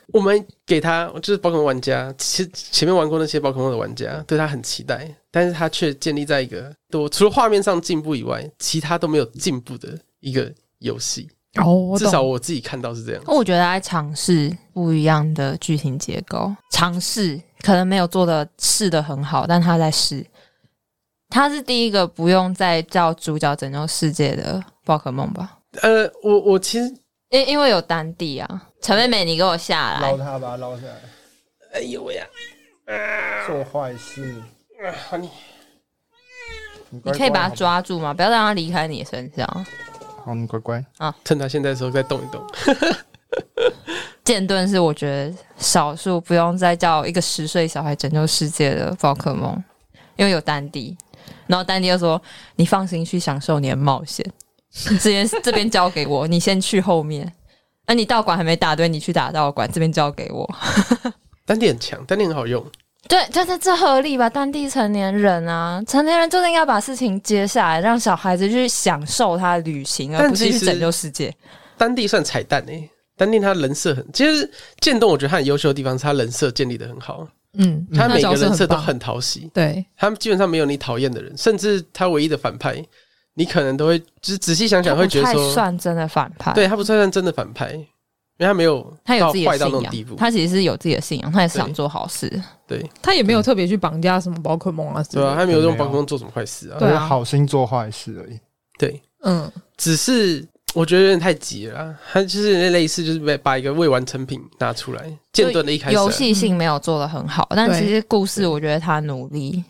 Speaker 1: 我们给他就是宝可梦玩家，其实前面玩过那些宝可梦的玩家，对他很期待，但是他却建立在一个多除了画面上进步以外，其他都没有进步的一个游戏。
Speaker 4: 哦，我
Speaker 1: 至
Speaker 4: 懂
Speaker 1: 少我自己看到是这样。
Speaker 2: 我觉得在尝试不一样的剧情结构，尝试可能没有做的试的很好，但他在试。他是第一个不用再叫主角拯救世界的宝可梦吧？
Speaker 1: 呃，我我其实
Speaker 2: 因因为有丹帝啊，陈妹妹，你给我下
Speaker 3: 捞
Speaker 2: 来！
Speaker 3: 它把它捞下来，
Speaker 1: 哎呦喂呀，
Speaker 3: 做坏事，
Speaker 1: 好你
Speaker 3: 你
Speaker 2: 你
Speaker 3: 乖乖
Speaker 2: 可以把它
Speaker 3: 好不
Speaker 2: 抓住吗？不要让它离开你的身上。
Speaker 3: 好，好你乖乖，
Speaker 1: 趁他现在的时候再动一动。
Speaker 2: 剑盾是我觉得少数不用再叫一个十岁小孩拯救世界的宝可梦，因为有丹帝，然后丹帝又说：“你放心去享受你的冒险，这边这边交给我，你先去后面。那、你道馆还没打对，你去打道馆，这边交给我。
Speaker 1: 丹帝很强，丹帝很好用。
Speaker 2: 对，这这这合理吧？丹帝成年人啊，成年人就是应该把事情接下来，让小孩子去享受他的旅行，而
Speaker 1: 但
Speaker 2: 不是
Speaker 1: 其
Speaker 2: 去
Speaker 1: 实
Speaker 2: 拯救世界。
Speaker 1: 丹帝算彩蛋哎、丹帝他人设很，其实剑盾我觉得他很优秀的地方是他人设建立的很好，
Speaker 4: 嗯，
Speaker 1: 他每个
Speaker 4: 角色
Speaker 1: 人设都
Speaker 4: 棒
Speaker 1: 很讨喜。
Speaker 4: 对，
Speaker 1: 他们基本上没有你讨厌的人，甚至他唯一的反派，你可能都会就是仔细想想会觉得
Speaker 2: 他不太
Speaker 1: 说，
Speaker 2: 算真的反派。
Speaker 1: 对他不算算真的反派，因为他没有
Speaker 2: 他有
Speaker 1: 到
Speaker 2: 自己的
Speaker 1: 坏到
Speaker 2: 信
Speaker 1: 那种地步
Speaker 2: 仰，。他其实是有自己的信仰，他也是想
Speaker 1: 对
Speaker 2: 做好事。
Speaker 1: 对
Speaker 4: 他也没有特别去绑架什么宝可梦啊之
Speaker 1: 对
Speaker 4: 类
Speaker 1: 吧、
Speaker 4: 的，
Speaker 1: 他没有用
Speaker 3: 没有
Speaker 1: 宝可梦做什么坏事啊
Speaker 4: 对。
Speaker 3: 我
Speaker 4: 啊
Speaker 3: 是好心做坏事而已。
Speaker 1: 对，
Speaker 4: 嗯，
Speaker 1: 只是我觉得有点太急了啊，他就是类似就是把把一个未完成品拿出来，剑盾的一开始啊嗯
Speaker 2: 游戏性没有做的很好，但
Speaker 4: 对
Speaker 2: 其实故事我觉得他努力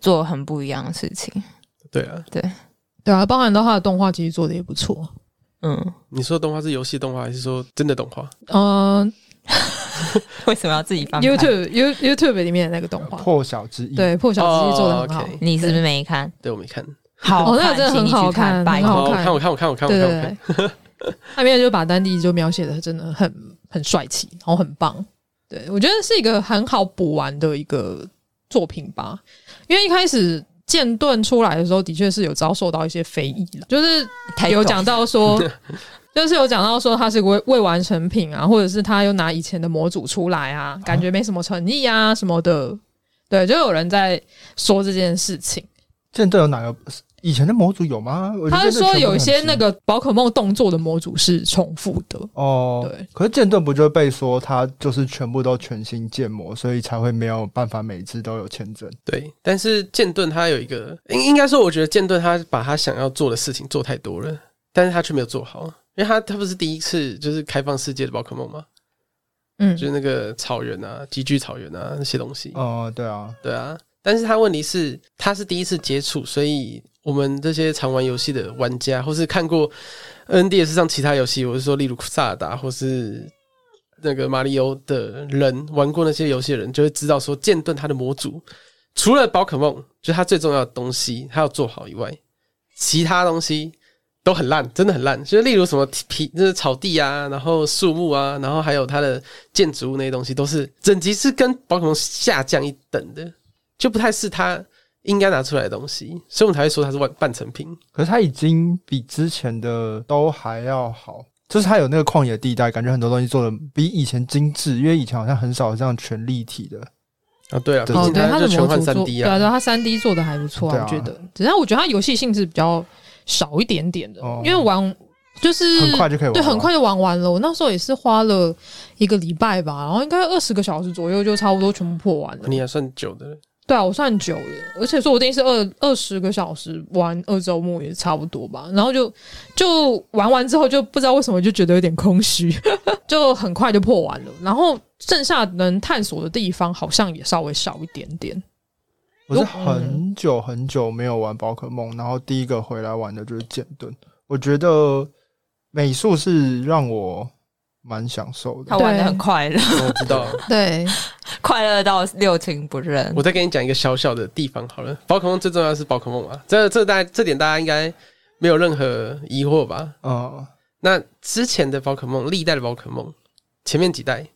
Speaker 2: 做了很不一样的事情。
Speaker 1: 对啊，
Speaker 4: 对啊，包含到他的动画其实做的也不错，
Speaker 2: 嗯，
Speaker 1: 你说的动画是游戏动画还是说真的动画？
Speaker 4: 嗯
Speaker 2: 为什么要自己翻拍
Speaker 4: ，YouTube You YouTube 里面的那个动画，
Speaker 3: 破晓之翼，
Speaker 4: 对，破晓之翼做的很
Speaker 1: 哦
Speaker 4: 好
Speaker 1: ，OK，
Speaker 2: 你是不是没看？
Speaker 1: 对我没看，
Speaker 2: 好看，
Speaker 4: 哦那个真的很
Speaker 2: 请你去
Speaker 4: 好看
Speaker 2: 拜
Speaker 4: 很好
Speaker 1: 哦
Speaker 4: 看
Speaker 1: 我看我看我看我看
Speaker 4: 对
Speaker 1: 我看
Speaker 4: 对
Speaker 1: 我看
Speaker 4: 对，他里面就把丹帝就描写的真的很很帅气，然后很棒。对我觉得是一个很好补完的一个作品吧，因为一开始剑盾出来的时候，的确是有遭受到一些非议了，就是
Speaker 2: 太
Speaker 4: 有
Speaker 2: 懂
Speaker 4: 讲到说，就是有讲到说他是未未完成品啊，或者是他又拿以前的模组出来啊，感觉没什么诚意啊什么的。对，就有人在说这件事情。
Speaker 3: 剑盾有哪个以前的模组有吗？我觉得
Speaker 4: 他是
Speaker 3: 剑
Speaker 4: 说
Speaker 3: 盾全部都
Speaker 4: 有一些
Speaker 3: 很新
Speaker 4: 那个宝可梦动作的模组是重复的，
Speaker 3: 哦，
Speaker 4: 对。
Speaker 3: 可是剑盾不就被说它就是全部都全新建模，所以才会没有办法每只都有签证。
Speaker 1: 对，但是剑盾他有一个，应应该说，我觉得剑盾他把他想要做的事情做太多了，但是他却没有做好，因为他他不是第一次就是开放世界的宝可梦吗？
Speaker 4: 嗯
Speaker 1: 就是那个草原啊、集聚草原啊那些东西。
Speaker 3: 哦、对啊，
Speaker 1: 对啊，但是他问题是他是第一次接触，所以我们这些常玩游戏的玩家，或是看过 NDS 上其他游戏，我是说例如萨尔达或是那个马里欧的人，玩过那些游戏的人，就会知道说剑盾它的模组除了宝可梦，就是它最重要的东西，它要做好以外，其他东西。都很烂，真的很烂。就是例如什么皮，就是草地啊，然后树木啊，然后还有它的建筑物那些东西，都是整集是跟宝可梦下降一等的。就不太是他应该拿出来的东西，所以我们才会说它是半半成品。
Speaker 3: 可是它已经比之前的都还要好，就是它有那个旷野地带，感觉很多东西做的比以前精致，因为以前好像很少有这样全立体的。
Speaker 1: 啊，对啊，毕
Speaker 3: 对
Speaker 4: 哦，
Speaker 1: 竟
Speaker 4: 对，
Speaker 1: 它
Speaker 4: 他
Speaker 1: 就
Speaker 4: 的
Speaker 1: 全
Speaker 4: 模
Speaker 1: 换
Speaker 4: 组
Speaker 1: 三
Speaker 4: 做，
Speaker 1: D
Speaker 4: 对啊，
Speaker 1: 啊
Speaker 4: 对，，他三 D 做的还不错、
Speaker 3: 对啊
Speaker 4: 我觉得。只是我觉得他游戏性质比较少一点点的，
Speaker 3: 哦
Speaker 4: 因为玩就是
Speaker 3: 很快就可以玩
Speaker 4: 嗯对，
Speaker 3: 完
Speaker 4: 很快就玩完了。我那时候也是花了一个礼拜吧，然后应该二十个小时左右就差不多全部破完了。
Speaker 1: 你还算久的了。
Speaker 4: 对啊，我算久了，而且说我定是二二十个小时玩二周目也差不多吧，然后就就玩完之后就不知道为什么就觉得有点空虚， 就很快就破完了，然后剩下能探索的地方好像也稍微少一点点。
Speaker 3: 我是
Speaker 4: 嗯
Speaker 3: 很久很久没有玩宝可梦，然后第一个回来玩的就是剑盾。我觉得美术是让我蛮享受的
Speaker 2: 他。玩的很快乐，
Speaker 1: 我知 道，
Speaker 4: 对，
Speaker 2: 快乐到六亲不认。
Speaker 1: 我再跟你讲一个小小的地方好了。宝可梦最重要的是宝可梦啊，这这大这点大家应该没有任何疑惑吧？
Speaker 3: 嗯，
Speaker 1: 那之前的宝可梦，历代的宝可梦，前面几代。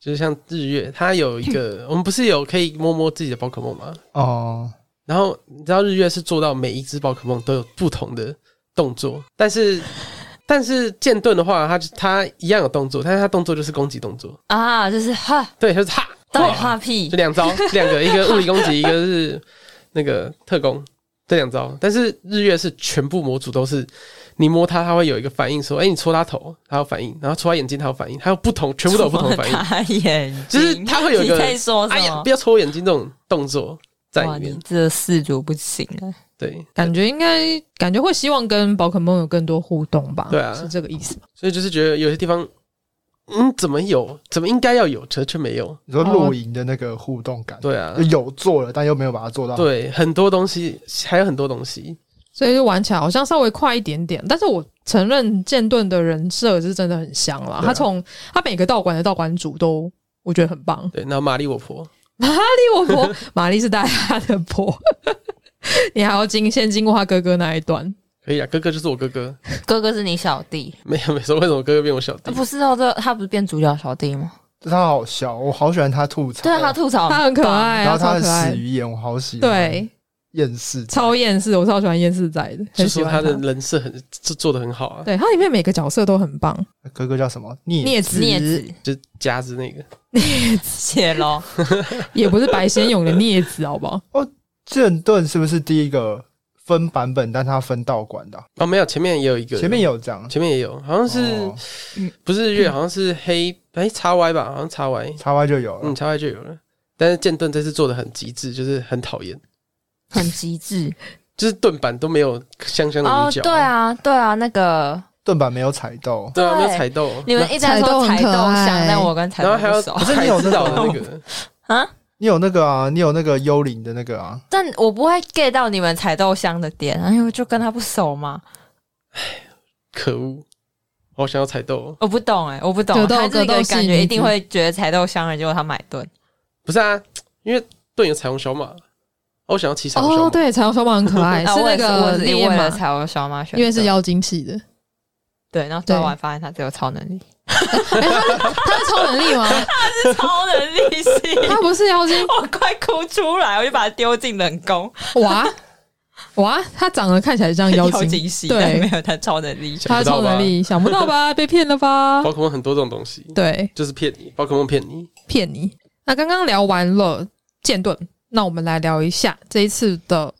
Speaker 1: 就是像日月，它有一 个，我们不是有可以摸摸自己的宝可梦吗？
Speaker 3: 哦、
Speaker 1: 然后你知道日月是做到每一只宝可梦都有不同的动作，但是但是剑盾的话，它就它一样有动作，但是它动作就是攻击动作，
Speaker 2: 啊，就是哈，
Speaker 1: 对，就是哈，
Speaker 2: 到底
Speaker 1: 哇
Speaker 2: 哈屁
Speaker 1: 就，两招，两个，一个物理攻击，一个是那个特工，这两招。但是日月是全部模组都是，你摸它，它会有一个反应，说，哎，你戳它头，它有反应，然后戳它眼睛，它有反应，它有不同，全部都有不同的反应，
Speaker 2: 他眼睛，
Speaker 1: 就是它会有一个
Speaker 2: 你在说
Speaker 1: 哎
Speaker 2: 什
Speaker 1: 呀，
Speaker 2: 么
Speaker 1: 不？要戳我眼睛这种动作在
Speaker 2: 哇，
Speaker 1: 里
Speaker 2: 你
Speaker 1: 面，
Speaker 2: 这四主不行啊！
Speaker 1: 对，
Speaker 4: 感觉应该感觉会希望跟宝可梦有更多互动吧？
Speaker 1: 对啊
Speaker 4: 是这个意思吧。
Speaker 1: 所以就是觉得有些地方，嗯，怎么有，怎么应该要有，可是却没有。
Speaker 3: 你说露营的那个互动感，
Speaker 1: 对啊
Speaker 3: 就，有啊做了，但又没有把它做到。
Speaker 1: 对，很多东西，还有很多东西。
Speaker 4: 所以就玩起来好像稍微快一点点，但是我承认剑盾的人设是真的很香啦。
Speaker 1: 对啊
Speaker 4: 他从他每个道馆的道馆主都我觉得很棒，
Speaker 1: 对，那玛丽我婆，
Speaker 4: 玛丽我婆，玛丽是大家的婆， 你还要经先经过他哥哥那一段，
Speaker 1: 可以啊，哥哥就是我哥哥，
Speaker 2: 哥哥是你小弟，
Speaker 1: 没有没说为什么哥哥变我小弟
Speaker 2: 啊、，不是哦，这他不是变主角小弟吗？
Speaker 3: 就他好笑，我好喜欢他吐槽。
Speaker 2: 对啊，他吐槽，
Speaker 4: 他很可
Speaker 2: 棒。
Speaker 4: 爱，
Speaker 3: 然后他
Speaker 4: 超
Speaker 3: 的
Speaker 4: 可爱
Speaker 3: 死，鱼眼，我好喜欢。，
Speaker 4: 对，
Speaker 3: 厌世仔
Speaker 4: 超厌世，我超喜欢厌世仔的，
Speaker 1: 就说
Speaker 4: 很喜
Speaker 1: 他
Speaker 4: 欢
Speaker 1: 的人设很做做的很好啊，
Speaker 4: 对他里面每个角色都很棒，
Speaker 3: 哥哥叫什么？聂
Speaker 4: 聂
Speaker 3: 子
Speaker 2: 镊子
Speaker 1: 就夹子那个，
Speaker 2: 谢喽，
Speaker 4: 也不是白先勇的镊子，好不好？
Speaker 3: 剑盾是不是第一个分版本，但他分道馆的啊、
Speaker 1: 哦，没有，前面也有一个，
Speaker 3: 前面也有这样，
Speaker 1: 前面也有，好像是、
Speaker 3: 哦
Speaker 1: 不是日月，好像是黑哎叉 Y 吧，好像叉 Y，
Speaker 3: 插 Y 就有了。
Speaker 1: 嗯，叉 Y 就有了。但是剑盾这次做的很极致，就是很讨厌，
Speaker 2: 很极致。
Speaker 1: 就是盾板都没有香香的
Speaker 2: 哦
Speaker 1: 菱，角、
Speaker 2: 对，啊，对啊，那个
Speaker 3: 盾板没有彩豆，
Speaker 1: 对啊，没有
Speaker 2: 对
Speaker 1: 彩豆，
Speaker 2: 你们一直在
Speaker 4: 彩豆
Speaker 2: 说
Speaker 4: 很
Speaker 2: 彩
Speaker 4: 可
Speaker 2: 豆
Speaker 4: 爱
Speaker 2: 香，但我跟彩
Speaker 1: 然
Speaker 2: 豆
Speaker 1: 后还
Speaker 2: 不
Speaker 1: 有
Speaker 2: 熟。
Speaker 3: 是
Speaker 1: 海
Speaker 3: 你有
Speaker 1: 之
Speaker 3: 那
Speaker 1: 岛
Speaker 3: 个
Speaker 1: 的那个，
Speaker 3: 你有那个啊，你有那个幽灵的那个啊，
Speaker 2: 但我不会 get 到你们彩豆香的点，因为我就跟他不熟嘛，
Speaker 1: 可恶！哦我想要彩豆，
Speaker 2: 我不懂哎、我不懂
Speaker 4: 格，斗
Speaker 2: 他这
Speaker 4: 格斗
Speaker 2: 个
Speaker 4: 系
Speaker 2: 感
Speaker 4: 女
Speaker 2: 觉
Speaker 4: 子
Speaker 2: 一定会觉得彩豆香的，结果他买盾，
Speaker 1: 不是啊，因为盾有彩虹小马，哦我想要骑彩虹小马。
Speaker 4: 哦，对，彩虹小马很可 爱，
Speaker 2: 啊
Speaker 4: 是
Speaker 2: 我
Speaker 4: 那
Speaker 2: 也我只
Speaker 4: 个
Speaker 2: 是
Speaker 4: 烈
Speaker 2: 为
Speaker 4: 马
Speaker 2: 了，彩虹小马选的，
Speaker 4: 因为是妖精系的，
Speaker 2: 对，然后最后
Speaker 4: 对
Speaker 2: 我还发现他只有超能力，
Speaker 4: 哎，他是他是超能力吗？
Speaker 2: 超能力系，
Speaker 4: 他不是妖精
Speaker 2: 我快哭出来，我就把它丢进冷宫。
Speaker 4: 哇！哇，他长得看起来 像妖精，
Speaker 2: 系
Speaker 4: 对
Speaker 2: 但没有他超能力。
Speaker 4: 他
Speaker 1: 想
Speaker 4: 的超
Speaker 1: 不到吧
Speaker 4: 能力想不 到吧？被骗了吧？
Speaker 1: 宝可梦很多这种东西，
Speaker 4: 对，
Speaker 1: 就是骗你，宝可梦骗你。
Speaker 4: 骗你。那刚刚聊完了剑盾，那我们来聊一下这一次的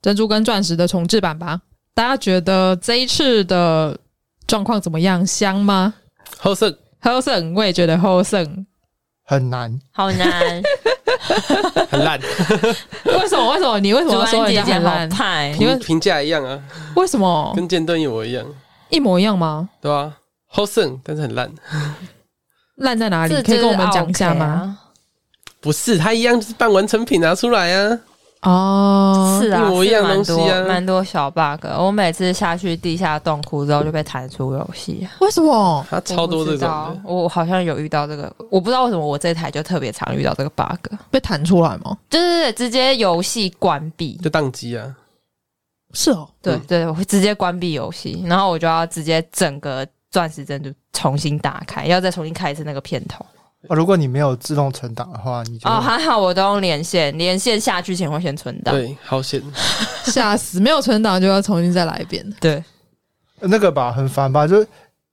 Speaker 4: 珍珠跟钻石的重置版吧。大家觉得这一次的状况怎么样？香吗
Speaker 1: 后胜，
Speaker 4: h o s e n 我也觉得 h o s e n
Speaker 3: 很难。
Speaker 2: 好 难，
Speaker 1: 很烂，
Speaker 4: 为什么？为什么？你为什么
Speaker 2: 竹
Speaker 4: 要说
Speaker 2: 安
Speaker 4: 人
Speaker 2: 姐
Speaker 4: 家
Speaker 2: 姐
Speaker 4: 很
Speaker 2: 好
Speaker 4: 烂？
Speaker 2: 派，
Speaker 4: 因 为哦
Speaker 1: 评评价一样啊，
Speaker 4: 为什么
Speaker 1: 跟剑盾一模一样，
Speaker 4: 一模一样吗？
Speaker 1: 对吧、啊？后胜，但是很烂。
Speaker 4: 烂在哪里？
Speaker 2: 这
Speaker 4: 可以跟我
Speaker 2: 就
Speaker 4: 们
Speaker 2: 是
Speaker 4: 讲一下
Speaker 2: OK 啊
Speaker 4: 吗？？
Speaker 1: 不是，它一样就是半完成品拿出来啊。
Speaker 4: 哦，
Speaker 2: 是啊，
Speaker 1: 一模一
Speaker 2: 是
Speaker 1: 样
Speaker 2: 蛮
Speaker 1: 东西
Speaker 2: 多
Speaker 1: 啊
Speaker 2: 蛮多小 bug。我每次下去地下洞窟之后就被弹出游戏，
Speaker 4: 为什么？
Speaker 1: 它超多这种
Speaker 2: 我不知
Speaker 1: 的
Speaker 2: 道，我好像有遇到这个，我不知道为什么我这台就特别常遇到这个 bug，
Speaker 4: 被弹出来吗？
Speaker 2: 就是直接游戏关闭。
Speaker 1: 就宕机啊。
Speaker 4: 是哦，
Speaker 2: 对
Speaker 1: 嗯
Speaker 2: 对，我会直接关闭游戏，然后我就要直接整个钻石珍珠重新打开，要再重新开一次那个片头。
Speaker 3: 哦，如果你没有自动存档的话，你就
Speaker 2: 哦，还好我都用连线，连线下去前会先存档。
Speaker 1: 对，好险，
Speaker 4: 吓死！没有存档就要重新再来一遍。
Speaker 2: 对，
Speaker 3: 那个吧，很烦吧？就是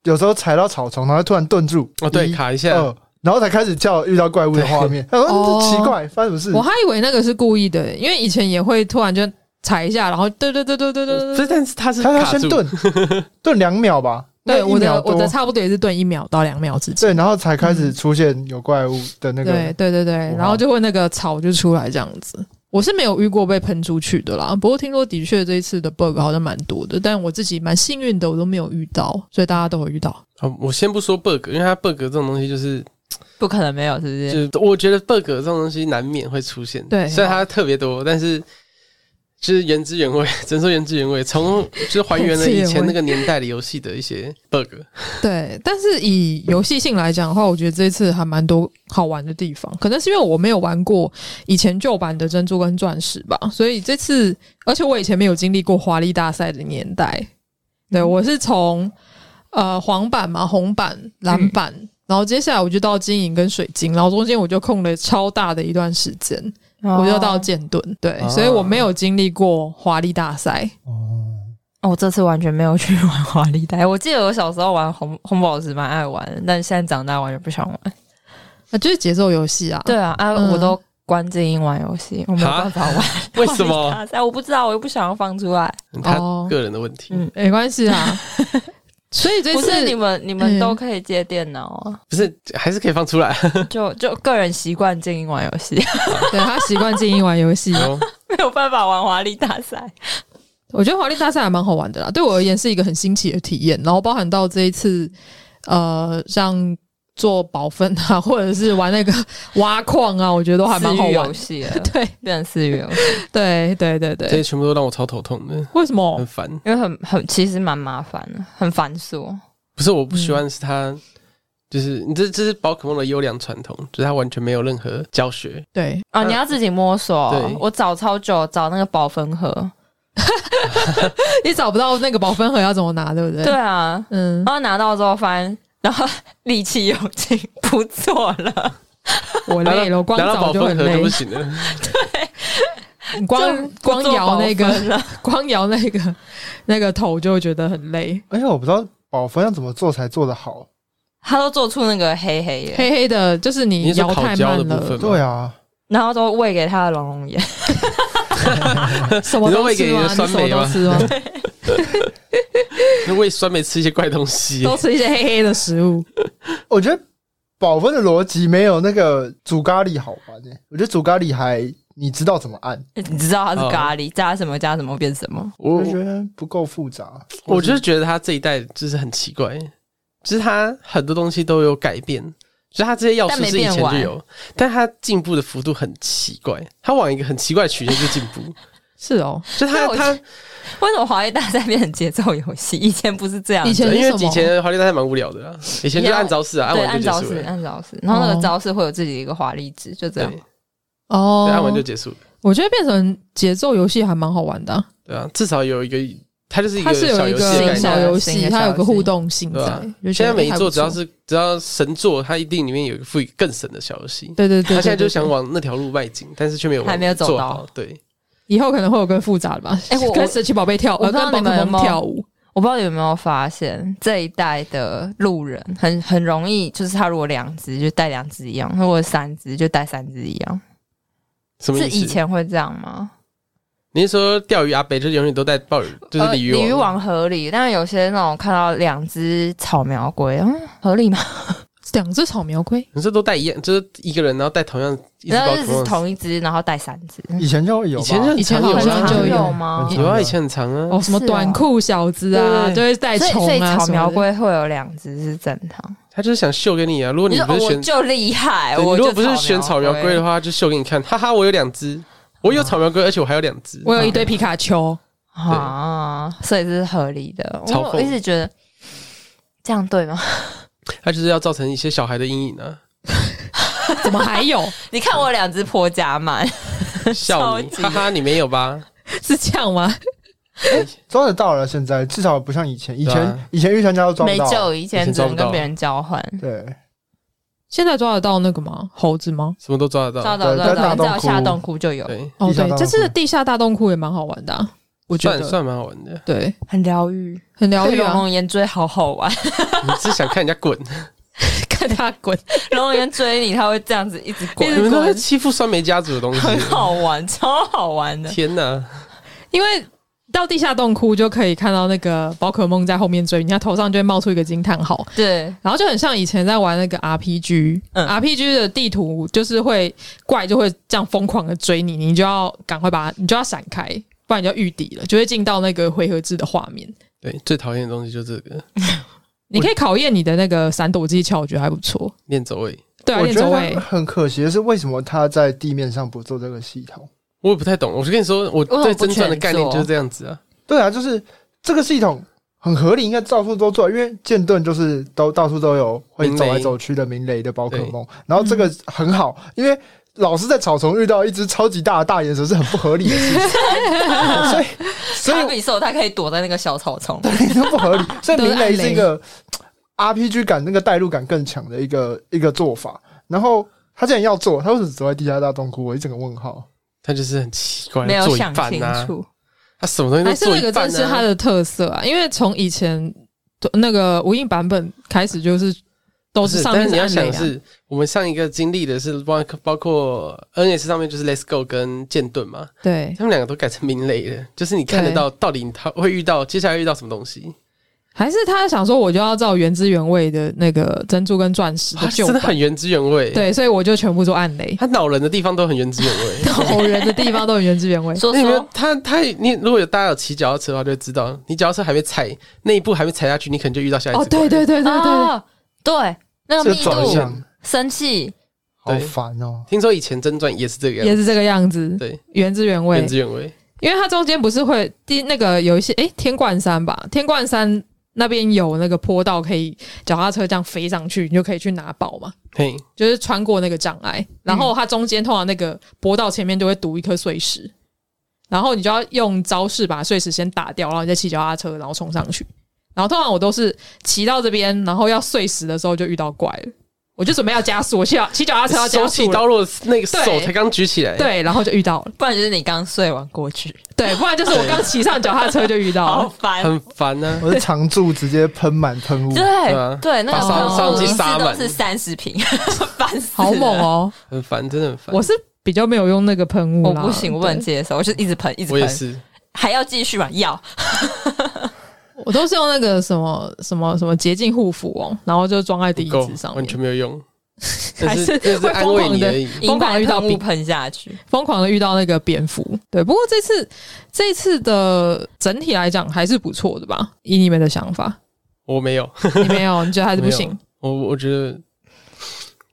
Speaker 3: 有时候踩到草丛，然后突然顿住，
Speaker 1: 哦对
Speaker 3: 一
Speaker 1: 卡一下
Speaker 4: 呃
Speaker 3: 二然后才开始叫遇到怪物的画面，然后
Speaker 4: 哦
Speaker 3: 奇怪，发生什么
Speaker 4: 我
Speaker 3: 事？
Speaker 4: 还以为那个是故意的，因为以前也会突然就踩一下，然后对对对对对对对
Speaker 1: 这但是它是
Speaker 3: 他要
Speaker 1: 卡
Speaker 3: 先
Speaker 1: 住，
Speaker 3: 顿， 顿两秒吧，
Speaker 4: 对，
Speaker 3: 那一
Speaker 4: 我
Speaker 3: 秒
Speaker 4: 的
Speaker 3: 多
Speaker 4: 我的差不多也是顿一秒到两秒之
Speaker 3: 对，
Speaker 4: 间。
Speaker 3: 然后才开始出现有怪物的那
Speaker 4: 对
Speaker 3: 个，
Speaker 4: 对对对，
Speaker 3: 哇
Speaker 4: 然后就会那个草就出来这样子。我是没有遇过被喷出去的啦，不过听说的确这一次的 bug 好像蛮多的，但我自己蛮幸运的，我都没有遇到，所以大家都有遇到。
Speaker 1: 好，哦我先不说 bug，因为它 bug 这种东西就是，
Speaker 2: 不可能没有，是不是？
Speaker 1: 就是我觉得 bug 这种东西难免会出现。
Speaker 4: 对哦
Speaker 1: 虽然它特别多，但是就是原汁原味， 只能说原汁原味，从就是还原
Speaker 4: 原
Speaker 1: 了
Speaker 4: 汁原
Speaker 1: 以
Speaker 4: 味
Speaker 1: 前那个年代的游戏的一些 bug。
Speaker 4: 对，但是以游戏性来讲的话，我觉得这次还蛮多好玩的地方。可能是因为我没有玩过以前旧版的珍珠跟钻石吧，所以这次，而且我以前没有经历过华丽大赛的年代。对我是从呃黄版嘛、红版、蓝版，然后接下来我就到金银跟水晶，然后中间我就空了超大的一段时间，
Speaker 2: 哦
Speaker 4: 我就到剑盾。对，
Speaker 1: 哦
Speaker 4: 所以我没有经历过华丽大赛。
Speaker 2: 哦，我这次完全没有去玩华丽带。我记得我小时候玩红红宝石蛮爱玩的，但现在长大完全不想玩。
Speaker 4: 啊，就是节奏游戏啊，
Speaker 2: 对啊，啊，
Speaker 4: 嗯
Speaker 2: 我都关静音玩游戏，我没有办法玩。
Speaker 1: 为什么？
Speaker 2: 大赛我不知道，我又不想要放出来。
Speaker 1: 他
Speaker 4: 哦
Speaker 1: 个人的问题，
Speaker 2: 嗯
Speaker 4: 没关系 啊。所以这
Speaker 2: 不
Speaker 4: 次
Speaker 2: 是你们，你们
Speaker 4: 嗯
Speaker 2: 都可以接电脑啊，
Speaker 1: 不是还是可以放出来。。
Speaker 2: 就就个人习惯静音玩游戏，
Speaker 4: 对他习惯静音玩游戏
Speaker 1: 哦
Speaker 2: 没有办法玩华丽大赛。
Speaker 4: 我觉得华丽大赛还蛮好玩的啦，对我而言是一个很新奇的体验。然后包含到这一次，呃，像做保分啊，或者是玩那个挖矿啊，我觉得都还蛮好
Speaker 2: 私域
Speaker 4: 玩
Speaker 2: 游
Speaker 4: 的。
Speaker 2: 戏了，
Speaker 4: 对
Speaker 2: 变成私域游戏，
Speaker 4: 对对对
Speaker 1: 这些
Speaker 4: 对，
Speaker 1: 全部都让我超头痛的，
Speaker 4: 为什么
Speaker 1: 很？烦。
Speaker 2: 因为很很其实蛮麻烦的，很繁琐。
Speaker 1: 不是我不喜欢，是它就是你这这是宝可梦的优良传统，就是它完全没有任何教学，
Speaker 4: 对，
Speaker 2: 哦，你要自己摸索
Speaker 1: 对。
Speaker 2: 我找超久，找那个保分盒。
Speaker 4: 你找不到那个保分盒要怎么拿，对不对？
Speaker 2: 对，啊，
Speaker 4: 嗯，
Speaker 2: 然后拿到之后翻，然后力气用尽，不做了。
Speaker 4: 我累了，我光
Speaker 1: 拿到
Speaker 4: 找
Speaker 1: 宝
Speaker 4: 就
Speaker 1: 分
Speaker 4: 很
Speaker 1: 盒就
Speaker 4: 累
Speaker 1: 不，行了。
Speaker 4: 你
Speaker 2: 就
Speaker 4: 光
Speaker 2: 不
Speaker 4: 光
Speaker 2: 做
Speaker 4: 摇那
Speaker 2: 保分
Speaker 4: 个，
Speaker 2: 了，
Speaker 4: 光摇那个那个头就会觉得很累，
Speaker 3: 而且哎我不知道宝分要怎么做才做得好。
Speaker 2: 他都做出那个黑黑的，
Speaker 4: 黑黑的，就是 你
Speaker 1: 你是
Speaker 4: 摇
Speaker 1: 说烤
Speaker 4: 太
Speaker 1: 焦
Speaker 4: 慢
Speaker 1: 的部
Speaker 4: 了
Speaker 1: 分，吗？
Speaker 3: 对啊，
Speaker 2: 然后都喂给他的龙龙眼。
Speaker 4: 什么都吃吗？
Speaker 1: 你都
Speaker 4: 你什
Speaker 1: 喂给你
Speaker 4: 么都
Speaker 1: 的
Speaker 4: 吃吗？
Speaker 1: 那为酸梅吃一些怪东西，
Speaker 4: 都吃一些黑黑的食物。
Speaker 3: 我觉得宝分的逻辑没有那个煮咖喱好玩诶、我觉得煮咖喱还你知道怎么按，
Speaker 2: 你知道它是咖
Speaker 4: 哦
Speaker 2: 喱，加什么加什么变什么。
Speaker 1: 我
Speaker 3: 我就
Speaker 1: 我
Speaker 3: 觉得不够复杂。
Speaker 1: 我就是觉得他这一代就是很奇怪，就是他很多东西都有改变，就是他这些要素是以前就有，但他进步的幅度很奇怪，他往一个很奇怪的曲线去进步，
Speaker 4: 是哦，
Speaker 1: 就是
Speaker 2: 那
Speaker 1: 他
Speaker 2: 我
Speaker 1: 他
Speaker 2: 为什么华丽大赛变成节奏游戏？以前不是这样子，
Speaker 4: 以前是
Speaker 1: 因为
Speaker 4: 什么
Speaker 1: 以前华丽大赛蛮无聊的啦，以前就按招式啊，按
Speaker 2: 对，按
Speaker 1: 完就
Speaker 2: 招
Speaker 1: 结束
Speaker 2: 式，
Speaker 1: 了，
Speaker 2: 按招式，然后那
Speaker 4: 哦
Speaker 2: 个招式会有自己一个华丽值，就这
Speaker 1: 对，
Speaker 2: 样。
Speaker 1: 对
Speaker 4: 哦，
Speaker 1: 按完就结束了，
Speaker 4: 我觉得变成节奏游戏还蛮好玩的啊、
Speaker 1: 对啊，至少有一个，它就是一
Speaker 4: 它
Speaker 1: 个
Speaker 4: 是
Speaker 1: 小
Speaker 4: 有一
Speaker 1: 游戏的
Speaker 4: 个
Speaker 1: 概
Speaker 4: 小
Speaker 1: 念。
Speaker 4: 游
Speaker 2: 新
Speaker 4: 戏，
Speaker 2: 的小游戏
Speaker 4: 它有个互动性
Speaker 1: 对
Speaker 4: 在
Speaker 1: 啊。
Speaker 4: 就
Speaker 1: 现
Speaker 4: 觉得哎
Speaker 1: 在每一
Speaker 4: 还
Speaker 1: 座
Speaker 4: 不错
Speaker 1: 只要是只要神作，它一定里面有一副更神的小游戏。
Speaker 4: 对对对，
Speaker 1: 他现在
Speaker 4: 对
Speaker 1: 就
Speaker 4: 对
Speaker 1: 想往那条路迈进，但是却没有往
Speaker 2: 还没有走
Speaker 1: 做
Speaker 2: 到
Speaker 1: 好。对，
Speaker 4: 以后可能会有更复杂的吧。
Speaker 2: 哎我
Speaker 4: 跟神奇宝贝跳，
Speaker 2: 我
Speaker 4: 呃，
Speaker 2: 不知道
Speaker 4: 跟宝
Speaker 2: 你们
Speaker 4: 可
Speaker 2: 有没
Speaker 4: 梦
Speaker 2: 有
Speaker 4: 跳舞，
Speaker 2: 我不知道你有没有发现，这一代的路人很很容易，就是他如果两只就带两只一样，或者三只就带三只一样，
Speaker 1: 什么
Speaker 2: 是
Speaker 1: 意思？
Speaker 2: 以前会这样吗？
Speaker 1: 你是说钓鱼阿啊北就是永远都带鲍鱼，就是
Speaker 2: 呃
Speaker 1: 鲤鱼
Speaker 2: 鲤鱼网合理，但是有些那种看到两只草苗龟，嗯，合理吗？
Speaker 4: 两只草苗龟，
Speaker 1: 你这都带一样，就是一个人然后带同样一只
Speaker 2: 然
Speaker 1: 宝
Speaker 2: 后
Speaker 1: 可
Speaker 2: 呃就是
Speaker 1: 梦。
Speaker 2: 同一只，然后带三只，
Speaker 3: 以前就有吧，
Speaker 1: 以前就
Speaker 4: 以前好
Speaker 1: 很
Speaker 4: 像
Speaker 1: 常
Speaker 4: 就
Speaker 1: 有
Speaker 4: 有
Speaker 1: 啊
Speaker 2: 吗
Speaker 3: 很
Speaker 1: 有啊，
Speaker 3: 嗯
Speaker 1: 以前很长啊。
Speaker 4: 哦，什么
Speaker 2: 是哦
Speaker 4: 短裤小子啊，
Speaker 1: 对
Speaker 4: 就会带
Speaker 2: 所以
Speaker 4: 虫
Speaker 2: 所以
Speaker 4: 啊
Speaker 2: 草
Speaker 4: 什
Speaker 2: 苗
Speaker 4: 么的。
Speaker 2: 龟会有两只是正常。
Speaker 1: 他就是想秀给你啊。如果
Speaker 2: 你
Speaker 1: 你
Speaker 2: 说
Speaker 1: 不
Speaker 2: 哦
Speaker 1: 是
Speaker 2: 我
Speaker 1: 选，
Speaker 2: 就厉害，
Speaker 1: 对你
Speaker 2: 我
Speaker 1: 如
Speaker 2: 就
Speaker 1: 果不是选草苗龟的
Speaker 2: 话，
Speaker 1: 话，他就秀给你看， 哈哈，我有两只，我有草苗龟，而且我还有两只。
Speaker 4: 我 有一堆皮 卡丘，
Speaker 2: 啊，所以这是合理的。
Speaker 1: 嘲讽
Speaker 2: 我我一直觉得这样对吗？
Speaker 1: 他就是要造成一些小孩的阴影啊，
Speaker 4: 怎么还有？
Speaker 2: 你看我两只婆家满，
Speaker 1: 笑你，
Speaker 2: 超级
Speaker 1: 哈哈，你没有吧？哎
Speaker 4: 是这样吗？
Speaker 3: 抓得到了，现在至少不像以前，以前、
Speaker 1: 对啊
Speaker 3: 以前预算家都抓不
Speaker 2: 没
Speaker 3: 到，
Speaker 2: 救，以前
Speaker 1: 以前
Speaker 2: 只
Speaker 1: 抓不
Speaker 2: 能
Speaker 1: 到
Speaker 2: 跟别人交换。
Speaker 3: 对，
Speaker 4: 现在抓得到那个吗？猴子吗？
Speaker 1: 什么都抓得
Speaker 2: 到
Speaker 1: 到。
Speaker 2: 到
Speaker 3: 对
Speaker 2: 到
Speaker 3: 在大
Speaker 2: 到，只
Speaker 3: 洞
Speaker 2: 要
Speaker 3: 窟
Speaker 2: 下洞窟就有，
Speaker 1: 对，
Speaker 4: 哦，
Speaker 3: 地下
Speaker 4: 对
Speaker 3: 大，洞
Speaker 4: 这次的
Speaker 3: 窟
Speaker 4: 地下大洞窟也蛮好玩的啊、我觉
Speaker 1: 算
Speaker 4: 得
Speaker 1: 算蛮好玩的。
Speaker 4: 对，
Speaker 2: 很疗愈，
Speaker 4: 很疗
Speaker 2: 对
Speaker 4: 愈
Speaker 2: 龙
Speaker 3: 哦
Speaker 4: 啊！
Speaker 2: 龙岩追好好玩，
Speaker 1: 你是想看人家滚？
Speaker 4: 看他滚，
Speaker 2: 龙龙岩追你，他会这样子一直
Speaker 1: 你
Speaker 2: 滚，
Speaker 1: 们都在欺负酸梅家族的东 西。
Speaker 2: 很好玩，超好玩的。
Speaker 1: 天哪！
Speaker 4: 因为到地下洞窟就可以看到那个宝可梦在后面追你，它头上就会冒出一个惊叹号，
Speaker 2: 对，
Speaker 4: 然后就很像以前在玩那个 RPG，RPG、
Speaker 2: 嗯
Speaker 4: RPG 的地图就是会怪就会这样疯狂的追你，你就要赶快把它，你就要闪开，不然你就要御敌了，就会进到那个回合制的画面。
Speaker 1: 对，最讨厌的东西就这个
Speaker 4: 你可以考验你的那个闪躲技巧，我觉得还不错。
Speaker 1: 练走位，
Speaker 4: 对啊，
Speaker 3: 我
Speaker 4: 练
Speaker 3: 觉
Speaker 4: 走
Speaker 3: 得
Speaker 4: 位
Speaker 3: 很可惜的是，为什么他在地面上不做这个系统？
Speaker 1: 我也不太懂。我就跟你说，我
Speaker 2: 什么
Speaker 1: 对
Speaker 2: 不
Speaker 1: 真传的
Speaker 2: 全
Speaker 1: 概念
Speaker 2: 做
Speaker 1: 就是这样子啊。
Speaker 3: 对啊，就是这个系统很合理，应该到处都做，因为剑盾就是都到处都有会
Speaker 1: 鸣雷
Speaker 3: 走来走去的鸣雷的宝可梦，然后这个很好，因为。老是在草丛遇到一只超级大的大岩蛇是很不合理的事情，所以所
Speaker 2: 卡
Speaker 3: 以
Speaker 2: 比兽它可以躲在那个小草丛，
Speaker 3: 都不合理，所以
Speaker 4: 都是
Speaker 3: 鸣雷是
Speaker 4: 暗
Speaker 3: 一个 RPG 感那个代入感更强的一个一个做法。然后他既然要做，他为什么只走在地下大洞窟？我一整个问号。
Speaker 1: 他就是很奇怪，
Speaker 2: 没有
Speaker 1: 做一
Speaker 2: 想
Speaker 1: 半
Speaker 2: 清
Speaker 1: 啊，
Speaker 2: 楚。
Speaker 1: 他什么东西
Speaker 4: 还
Speaker 1: 都
Speaker 4: 是
Speaker 1: 做
Speaker 4: 那
Speaker 1: 一
Speaker 4: 个
Speaker 1: 半
Speaker 4: 真是它
Speaker 1: 啊。
Speaker 4: 的特色啊，因为从以前那个无印版本开始就是都
Speaker 1: 不
Speaker 4: 是
Speaker 1: 是，
Speaker 4: 上
Speaker 1: 但
Speaker 4: 面
Speaker 1: 是你要
Speaker 4: 暗
Speaker 1: 想
Speaker 4: 美
Speaker 1: 的
Speaker 4: 啊。
Speaker 1: 是，我们上一个经历的是包包括 NS 上面就是 Let's Go 跟剑盾嘛，
Speaker 4: 对，
Speaker 1: 他们两个都改成明类了，就是你看得
Speaker 4: 对
Speaker 1: 到到底他会遇到接下来遇到什么东西，
Speaker 4: 还是他想说我就要照原汁原味的那个珍珠跟钻石
Speaker 1: 哇
Speaker 4: 的旧
Speaker 1: 真的
Speaker 4: 版，
Speaker 1: 很原汁原味。，，
Speaker 4: 对，所以我就全部做暗雷
Speaker 1: 他恼人的地方都很原汁原味。
Speaker 4: 偶人的地方都很原汁原味。
Speaker 2: 说
Speaker 1: 哎那你们
Speaker 2: 说，
Speaker 1: 他他你如果有大家有骑脚踏车的话，就会知道，你脚踏车还没踩那一步还没踩下去，你可能就遇到下一
Speaker 4: 哦，
Speaker 1: 次。
Speaker 4: 对对对对对，
Speaker 2: 哦对，那个
Speaker 3: 这
Speaker 2: 密
Speaker 3: 转
Speaker 2: 度
Speaker 3: 向
Speaker 2: 生气，
Speaker 3: 好
Speaker 1: 对
Speaker 3: 烦哦！
Speaker 1: 听说以前真传也是这个
Speaker 4: 也
Speaker 1: 样子，
Speaker 4: 是这个样子，
Speaker 1: 对，
Speaker 4: 原汁原味
Speaker 1: 原。汁原味。
Speaker 4: 因为它中间不是会第那个有一些诶，天冠山吧，天冠山那边有那个坡道可以脚踏车这样飞上去，你就可以去拿宝嘛。
Speaker 1: 嘿，
Speaker 4: 就是穿过那个障碍，然后它中间通常那个坡道前面就会堵一颗碎石，然后你就要用招式把碎石先打掉，然后你再骑脚踏车，然后冲上去。然后通常我都是骑到这边，然后要碎石的时候就遇到怪了，我就准备要加速，我骑脚骑脚踏车要 加
Speaker 1: 手起
Speaker 4: 速了
Speaker 1: 刀落，那个手
Speaker 4: 对
Speaker 1: 才刚举起来，，
Speaker 4: 对，然后就遇到了，
Speaker 2: 不然就是你刚睡完过去，
Speaker 4: 对，不然就是我刚骑上脚踏车就遇到
Speaker 2: 好
Speaker 4: 了，
Speaker 2: 烦。哦
Speaker 1: 很烦啊呢、
Speaker 3: 我的常驻直接喷满喷雾，
Speaker 1: 对啊
Speaker 2: 对对，那
Speaker 1: 把
Speaker 2: 个
Speaker 1: 上上
Speaker 2: 一
Speaker 1: 去
Speaker 2: 次
Speaker 1: 撒
Speaker 2: 都
Speaker 1: 满
Speaker 2: 是三十瓶， 烦死！
Speaker 4: 好猛！哦！
Speaker 1: 很烦，真的很烦。
Speaker 4: 我是比较没有用那个喷雾
Speaker 2: 我
Speaker 4: 啦，
Speaker 2: 不行，我不能
Speaker 4: 对
Speaker 2: 接受，我就一直喷，一直
Speaker 1: 我也
Speaker 2: 喷，
Speaker 1: 是，
Speaker 2: 还要继续吗？要，
Speaker 4: 我都是用那个什么什么什么洁净护肤哦，然后就装在
Speaker 1: 不
Speaker 4: 第一
Speaker 1: 够
Speaker 4: 只，上
Speaker 1: 完
Speaker 4: 面
Speaker 1: 全。没有用，
Speaker 4: 还
Speaker 1: 但
Speaker 4: 是
Speaker 1: 是这是
Speaker 4: 会
Speaker 1: 安
Speaker 4: 疯
Speaker 1: 慰
Speaker 4: 狂
Speaker 1: 你而
Speaker 4: 的
Speaker 1: 已。
Speaker 4: 疯狂地遇到
Speaker 2: 喷雾
Speaker 4: 病
Speaker 2: 喷下去，
Speaker 4: 疯狂的遇到那个蝙蝠。对，不过这次这次的整体来讲还是不错的吧？以你们的想法，
Speaker 1: 我没有，
Speaker 4: 你没有，你觉得还是不行？
Speaker 1: 我我觉得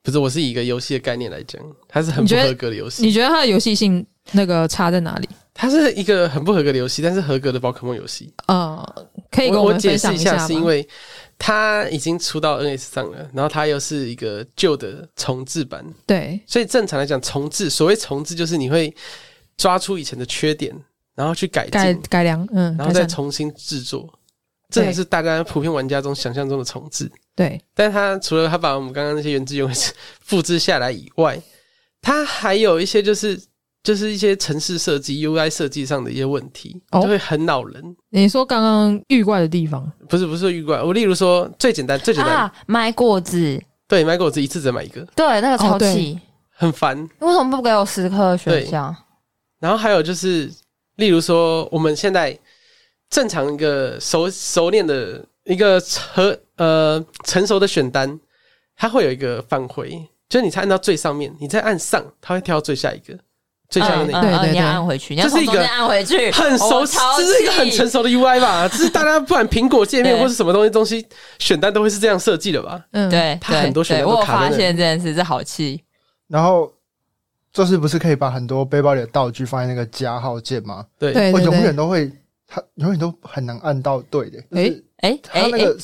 Speaker 1: 不是，我是以一个游戏的概念来讲，它是很
Speaker 4: 你
Speaker 1: 不
Speaker 4: 觉得
Speaker 1: 合格的游戏，
Speaker 4: 你觉得它的游戏性那个差在哪里？
Speaker 1: 它是一个很不合格的游戏，但是合格的宝可梦游戏。
Speaker 4: 呃，可以跟
Speaker 1: 我
Speaker 4: 们
Speaker 1: 解
Speaker 4: 分
Speaker 1: 释
Speaker 4: 享
Speaker 1: 一
Speaker 4: 下
Speaker 1: 下，
Speaker 4: 吗
Speaker 1: 是因为它已经出到 NS 上了，然后它又是一个旧的重置版，
Speaker 4: 对
Speaker 1: 所以正常来讲，重置所谓重置就是你会抓出以前的缺点，然后去改进，
Speaker 4: 改改良，嗯，
Speaker 1: 然
Speaker 4: 改
Speaker 1: 后再
Speaker 4: 善，
Speaker 1: 重新制作，这
Speaker 4: 对
Speaker 1: 才是大家普遍玩家中想象中的重置。
Speaker 4: 对
Speaker 1: 但它除了它把我们刚刚那些原汁原味复制下来以外，它还有一些就是就是一些城市设计、UI 设计上的一些问题，
Speaker 4: 哦
Speaker 1: 就会很恼人。
Speaker 4: 你说刚刚遇怪的地方，
Speaker 1: 不是不是遇怪，我例如说最简单最简单，
Speaker 2: 啊，买果子，
Speaker 1: 对，买果子一次只能买一个，
Speaker 2: 对，那个
Speaker 4: 哦
Speaker 2: 超
Speaker 4: 对
Speaker 2: 气，
Speaker 1: 很烦。
Speaker 2: 你为什么不给我十颗选项？
Speaker 1: 然后还有就是，例如说我们现在正常一个熟熟练的一个和呃成熟的选单，它会有一个返回，就是你才按到最上面，你再按上，它会跳到最下一个，最下一个那
Speaker 4: 嗯
Speaker 1: 个。
Speaker 4: 对对
Speaker 2: 你要
Speaker 4: 对
Speaker 2: 按回去，你要
Speaker 1: 这是
Speaker 2: 从
Speaker 1: 一
Speaker 2: 中
Speaker 1: 个
Speaker 2: 间按回去，哦
Speaker 1: 很熟
Speaker 2: 我
Speaker 1: 悉，
Speaker 2: 超
Speaker 1: 这是一个很
Speaker 2: 气
Speaker 1: 成熟的 UI 吧？这是大家不管苹果界面
Speaker 2: 对
Speaker 1: 或是什么东西东西选单都会是这样设计的吧？
Speaker 4: 嗯，，
Speaker 2: 对，
Speaker 1: 它
Speaker 2: 对
Speaker 1: 很多选
Speaker 2: 对
Speaker 1: 项
Speaker 2: 我
Speaker 1: 都
Speaker 2: 有
Speaker 1: 卡在
Speaker 2: 发
Speaker 1: 那里
Speaker 2: 现这件事，这好气。
Speaker 3: 然后就是不是可以把很多背包里的道具放在那个加号键吗？
Speaker 1: 对，
Speaker 4: 对
Speaker 3: 我
Speaker 4: 对
Speaker 3: 永远
Speaker 4: 对，
Speaker 3: 都会，它永远都很难按到对的。
Speaker 4: 诶
Speaker 3: 就是
Speaker 2: 哎
Speaker 3: 它
Speaker 2: 哎
Speaker 3: 那个，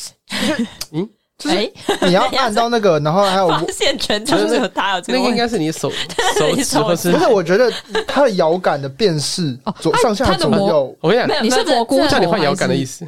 Speaker 1: 嗯，
Speaker 3: 就是
Speaker 2: 哎，
Speaker 3: 你要按到那 个，然后
Speaker 1: 哦
Speaker 3: 还有
Speaker 2: 发现全场只有他有这
Speaker 1: 那个
Speaker 2: 个问
Speaker 1: 应
Speaker 2: 题。
Speaker 1: 该是你的手
Speaker 2: 是
Speaker 1: 手
Speaker 2: 你
Speaker 1: 指或
Speaker 2: 手指
Speaker 1: 是
Speaker 3: 不是，我觉得它的摇杆的辨识
Speaker 4: 哦
Speaker 3: 左
Speaker 4: 它
Speaker 3: 上下
Speaker 4: 它的
Speaker 3: 左
Speaker 4: 模
Speaker 3: 右，
Speaker 1: 我跟你
Speaker 2: 没
Speaker 1: 讲，
Speaker 2: 有
Speaker 4: 你是
Speaker 2: 这
Speaker 4: 蘑菇
Speaker 2: 这
Speaker 1: 叫你换
Speaker 4: 头
Speaker 1: 摇杆的
Speaker 4: 还是
Speaker 1: 意思。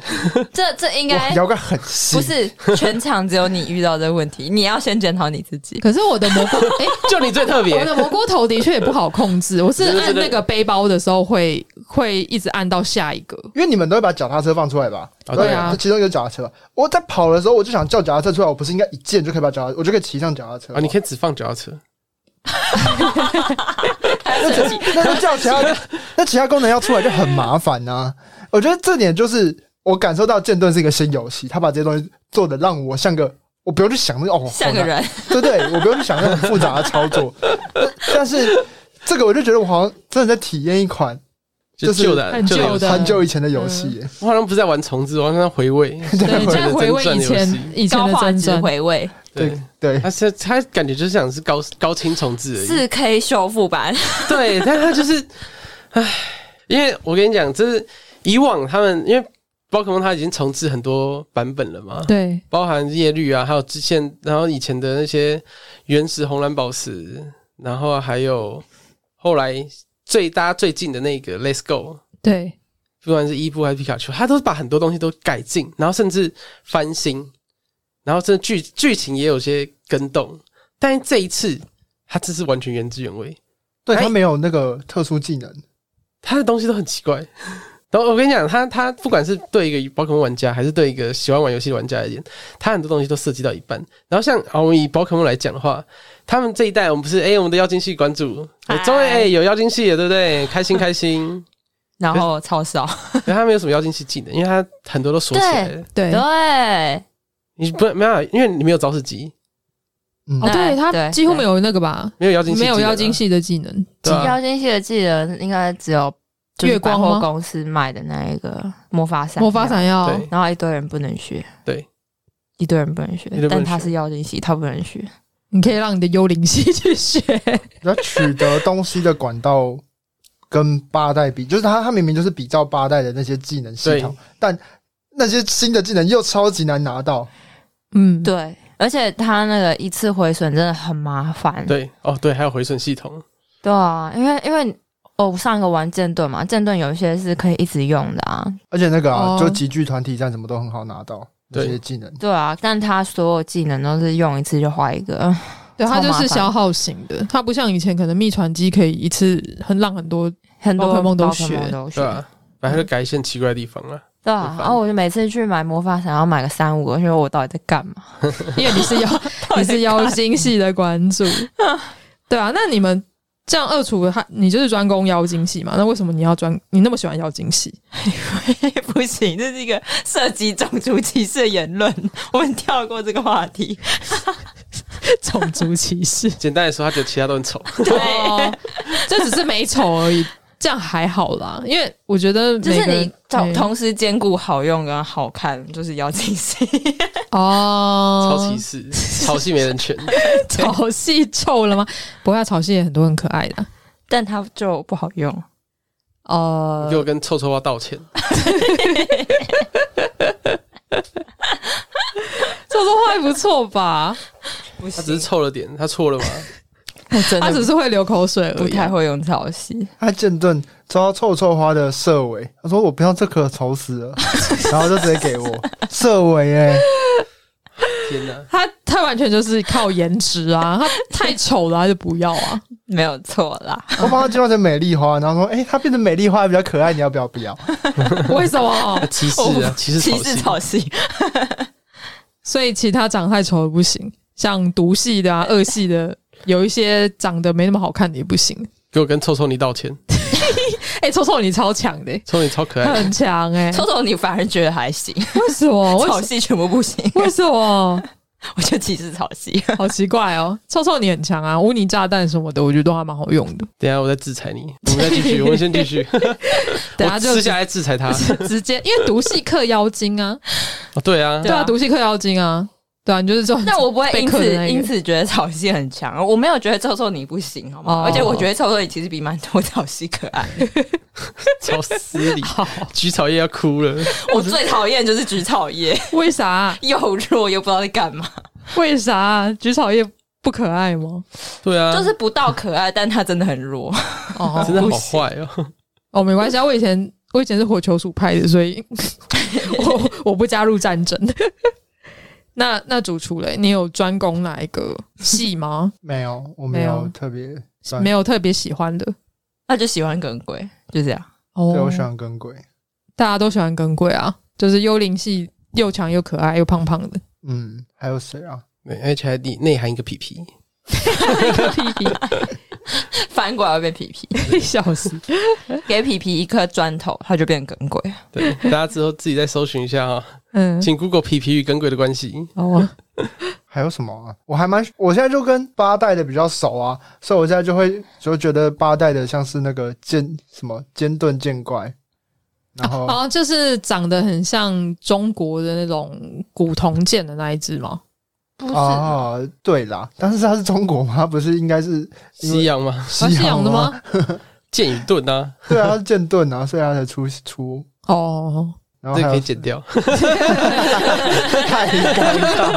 Speaker 2: 这这应
Speaker 3: 哇
Speaker 2: 该
Speaker 3: 摇杆很细，
Speaker 2: 不是全场只有你遇到这个问题，你要先检讨你自己。
Speaker 4: 可是我的蘑 菇，哎、
Speaker 1: 就你最特别
Speaker 4: 我，的蘑菇头的确也不好控制，我是
Speaker 1: 对对对
Speaker 4: 按
Speaker 1: 对
Speaker 4: 那个背包的时候会会一直按到下一个。
Speaker 3: 因为你们都会把脚踏车放出来吧？
Speaker 1: 哦对
Speaker 4: 啊
Speaker 3: 就其中一个脚踏车吧。我在跑的时候，我就想叫脚踏车出来，我不是应该一键就可以把脚踏，我就可以骑上脚踏车
Speaker 1: 啊，
Speaker 3: 吗
Speaker 1: 你可以只放脚踏车，
Speaker 3: 那就叫其他， 那其他功能要出来就很麻烦呐、我觉得这点就是我感受到剑盾是一个新游戏，他把这些东西做的让我像个，我不用去想那个哦，
Speaker 2: 像个
Speaker 3: 好难，
Speaker 2: 人，
Speaker 3: 对对，我不用去想那种复杂的操 作。但是这个我就觉得我好像真的在体验一款
Speaker 1: 就
Speaker 3: 就是
Speaker 1: 旧的嗯
Speaker 4: 很
Speaker 1: 旧
Speaker 4: 旧
Speaker 1: 游戏
Speaker 4: 的
Speaker 3: 很久以前的游戏耶、
Speaker 1: 我好像不是在玩重置，我好像在回 味。
Speaker 4: 对，
Speaker 1: 回
Speaker 4: 在
Speaker 1: 的
Speaker 4: 回味
Speaker 1: 真
Speaker 4: 以
Speaker 1: 传游戏
Speaker 4: 前以前
Speaker 2: 高
Speaker 4: 的
Speaker 2: 画
Speaker 4: 真
Speaker 2: 质
Speaker 4: 正
Speaker 2: 回味，
Speaker 1: 对，
Speaker 3: 对
Speaker 1: 它是它感觉就像是高高清重置而已。
Speaker 2: 四 K 修复版，
Speaker 1: 对，但他就是，唉，因为我跟你讲，就是以往他们因为宝可梦它已经重置很多版本了嘛，
Speaker 4: 对
Speaker 1: 包含叶绿啊，还有之前，然后以前的那些原石、红蓝宝石，然后还有后来最搭最近的那个 Let's Go。
Speaker 4: 对
Speaker 1: 不管是伊布还是皮卡丘，它都是把很多东西都改进，然后甚至翻新，然后这剧剧情也有些跟动，但这一次它这是完全原汁原味，
Speaker 3: 对，
Speaker 1: 哎
Speaker 3: 他没有那个特殊技能，
Speaker 1: 他的东西都很奇怪。然后我跟你讲，他他不管是对一个宝可梦玩家，还是对一个喜欢玩游戏的玩家而言，他很多东西都涉及到一半。然后像啊，我们以宝可梦来讲的话，他们这一代我们不是哎、我们的妖精系关注，哎终于
Speaker 2: 嗨
Speaker 1: 哎有妖精系了，对不对？开心开心。
Speaker 2: 然后超少，
Speaker 1: 然后他没有什么妖精系技能，因为他很多都锁起来了。
Speaker 4: 对
Speaker 2: 对
Speaker 4: 哦，
Speaker 1: 啊你不没有，因为你没有招式集，
Speaker 3: 嗯，
Speaker 2: 那
Speaker 4: 哦对他
Speaker 2: 对
Speaker 4: 几乎没有那个吧，
Speaker 1: 没有妖精系技
Speaker 4: 没
Speaker 1: 能啊，
Speaker 4: 有妖精系的技
Speaker 2: 嗯
Speaker 4: 能，
Speaker 1: 对啊
Speaker 2: 妖精系的技能应该只有就是
Speaker 4: 月光
Speaker 2: 百货
Speaker 4: 吗
Speaker 2: 公司卖的那一个魔法伞，
Speaker 4: 魔法，闪耀
Speaker 1: 对
Speaker 2: 然后一堆人不能学，
Speaker 1: 对，
Speaker 2: 一堆人不能学
Speaker 1: 一堆不能，
Speaker 2: 但他
Speaker 1: 学
Speaker 2: 是妖精系，他不能学，
Speaker 4: 你可以让你的幽灵系 去学，
Speaker 3: 要取得东西的管道跟八代比，就是他他明明就是比照八代的那些技能系统，但那些新的技能又超级难拿到。
Speaker 4: 嗯，
Speaker 2: 对，而且他那个一次回损真的很麻烦，
Speaker 1: 对哦对，还有回损系统，
Speaker 2: 对啊，因为因为哦，我上一个玩剑盾嘛，剑盾有一些是可以一直用的啊，
Speaker 3: 而且那个啊，
Speaker 4: 哦
Speaker 3: 就集聚团体战什么都很好拿到那
Speaker 1: 对
Speaker 3: 些技能。
Speaker 2: 对啊，但他所有技能都是用一次就花一个，
Speaker 4: 对，它
Speaker 2: 超
Speaker 4: 就
Speaker 2: 麻
Speaker 4: 是
Speaker 2: 烦
Speaker 4: 消耗型的，它不像以前可能秘传机可以一次很让 很多，
Speaker 2: 很多
Speaker 4: 宝可梦都
Speaker 2: 宝可
Speaker 4: 学
Speaker 2: 梦都
Speaker 1: 对吧、反正就改一些奇怪的地方了。
Speaker 2: 对啊
Speaker 1: 很，烦
Speaker 2: 然后我就每次去买魔法伞，要买个三五个，因为我到底在干 嘛？
Speaker 4: 因为你是妖你是妖精系的关 注，对啊，那你们这样二厨他你就是专攻妖精系嘛？那为什么你要专你那么喜欢妖精系？
Speaker 2: 不行，这是一个涉及种族歧视的言论， 我们跳过这个话题。
Speaker 4: 种族歧视？
Speaker 1: 简单来说，他觉得其他都很丑，
Speaker 4: 哦， 这只是美丑而已，这样还好啦。因为我觉得
Speaker 2: 就
Speaker 4: 每
Speaker 2: 是
Speaker 4: 个
Speaker 2: 你
Speaker 4: 人
Speaker 2: 同
Speaker 4: 嗯
Speaker 2: 同时兼顾好用跟好看，就是妖精系。
Speaker 1: 超
Speaker 4: 哦
Speaker 1: 歧，视，潮系没人权。
Speaker 4: 草草系臭了吗？不过它草系也很多很可爱的
Speaker 2: 但它就不好用。
Speaker 4: 哦
Speaker 1: 给。我跟臭臭花道歉。
Speaker 4: 这种话还不错吧？
Speaker 2: 不
Speaker 1: 他只是臭了点，他错了吗？
Speaker 2: 我真
Speaker 4: 它只
Speaker 2: 的
Speaker 4: 是会流口水而
Speaker 2: 不
Speaker 4: 已
Speaker 2: 太
Speaker 4: 啊。
Speaker 2: 会用草系。
Speaker 3: 他剑盾抽到臭臭花的社尾，他说我 不要这颗，愁死了，然后就直接给我社尾哎、
Speaker 1: 天哪！
Speaker 4: 他他完全就是靠颜值啊，他太丑了他就不要 啊。
Speaker 2: 没有错啦。
Speaker 3: 我把它介绍成美丽花，然后说，哎、它变成美丽花比较可爱，你要不要？不要。
Speaker 4: 为什么？
Speaker 1: 歧视啊，歧视
Speaker 2: 歧
Speaker 1: 草
Speaker 2: 视
Speaker 1: 系，
Speaker 2: 草 系，
Speaker 4: 所以其他长太丑的不行，像毒系 的啊、恶系的，有一些长得没那么好看的也不行。
Speaker 1: 给我跟臭臭你道歉，
Speaker 4: 哎、臭臭你超强的、
Speaker 1: 臭你超可
Speaker 4: 他
Speaker 1: 爱，
Speaker 4: 很强哎、
Speaker 2: 臭臭你反而觉得还行，
Speaker 4: 为什 么？为
Speaker 2: 草
Speaker 4: 什
Speaker 2: 系全部不行，
Speaker 4: 为什么？
Speaker 2: 我就歧视草系。
Speaker 4: 好奇怪哦！臭臭你很强啊，污泥炸弹什么的，我觉得都还蛮好用的。
Speaker 1: 等一下我再制裁你，我们再继续，我们先继续，我
Speaker 4: 等下啊就
Speaker 1: 私下来制裁他。
Speaker 4: 直 接，因为毒系克妖精啊，
Speaker 1: 哦对啊，
Speaker 4: 对
Speaker 2: 对
Speaker 4: 啊，
Speaker 2: 啊
Speaker 4: 毒系克妖精啊，对啊，你就是 这种。
Speaker 2: 但我不会因
Speaker 4: 被克的那
Speaker 2: 此
Speaker 4: 个
Speaker 2: 因此觉得草系很强，我没有觉得臭臭你不行，好吗？
Speaker 4: 哦
Speaker 2: 而且我觉得臭臭你其实比蛮多草系可 爱。
Speaker 1: 超失礼，菊草叶要哭了。
Speaker 2: 我最讨厌就是菊草叶，
Speaker 4: 为啥啊？
Speaker 2: 又弱又不知道在干嘛，
Speaker 4: 为啥啊菊草叶不可爱吗？
Speaker 1: 对
Speaker 4: 嗯
Speaker 1: 啊，
Speaker 2: 就是不到可爱，但它真的很弱。
Speaker 4: 哦
Speaker 1: 真的
Speaker 4: 不
Speaker 1: 好
Speaker 4: 行
Speaker 1: 坏哦。
Speaker 4: 哦，没关系啊，我以前我以前是火球鼠派的，所以 我我不加入战争。 那那主厨嘞，你有专攻哪一个系吗？
Speaker 3: 没有，我
Speaker 4: 没
Speaker 3: 没
Speaker 4: 有
Speaker 3: 有特别算
Speaker 4: 没有特别喜欢的
Speaker 2: 他就喜欢耿鬼，就这样。
Speaker 4: 哦
Speaker 3: 对我喜欢跟鬼。
Speaker 4: 大家都喜欢耿鬼啊，就是幽灵系又强又可爱又胖胖的，
Speaker 3: 嗯，还有谁啊？
Speaker 1: 对而且还内内含一个屁屁，
Speaker 4: 一个屁屁，
Speaker 2: 翻过来会被皮皮，
Speaker 4: 笑死！
Speaker 2: 给皮皮一颗砖头，他就变耿鬼。
Speaker 1: 对，大家之后自己再搜寻一下哈，
Speaker 4: 嗯，
Speaker 1: 请 Google 皮皮与跟鬼的关系。
Speaker 4: 哦，
Speaker 3: 还有什么啊？我还蛮，我现在就跟八代的比较熟啊，所以我现在就会就觉得八代的像是那个剑什么尖盾剑怪，然后、
Speaker 4: 哦，就是长得很像中国的那种古铜剑的那一只吗？
Speaker 2: 不是，
Speaker 3: 啊，对啦，但是它是中国吗？不是应该是因为
Speaker 1: 西洋吗？
Speaker 4: 啊是养的
Speaker 3: 吗？
Speaker 4: 吗？
Speaker 1: 剑与盾啊，
Speaker 3: 对啊，它是剑盾啊，所以它才出出。
Speaker 4: 哦，
Speaker 3: 然后
Speaker 1: 这
Speaker 3: 还
Speaker 1: 个可以
Speaker 3: 有
Speaker 1: 剪掉。
Speaker 3: 太尴尬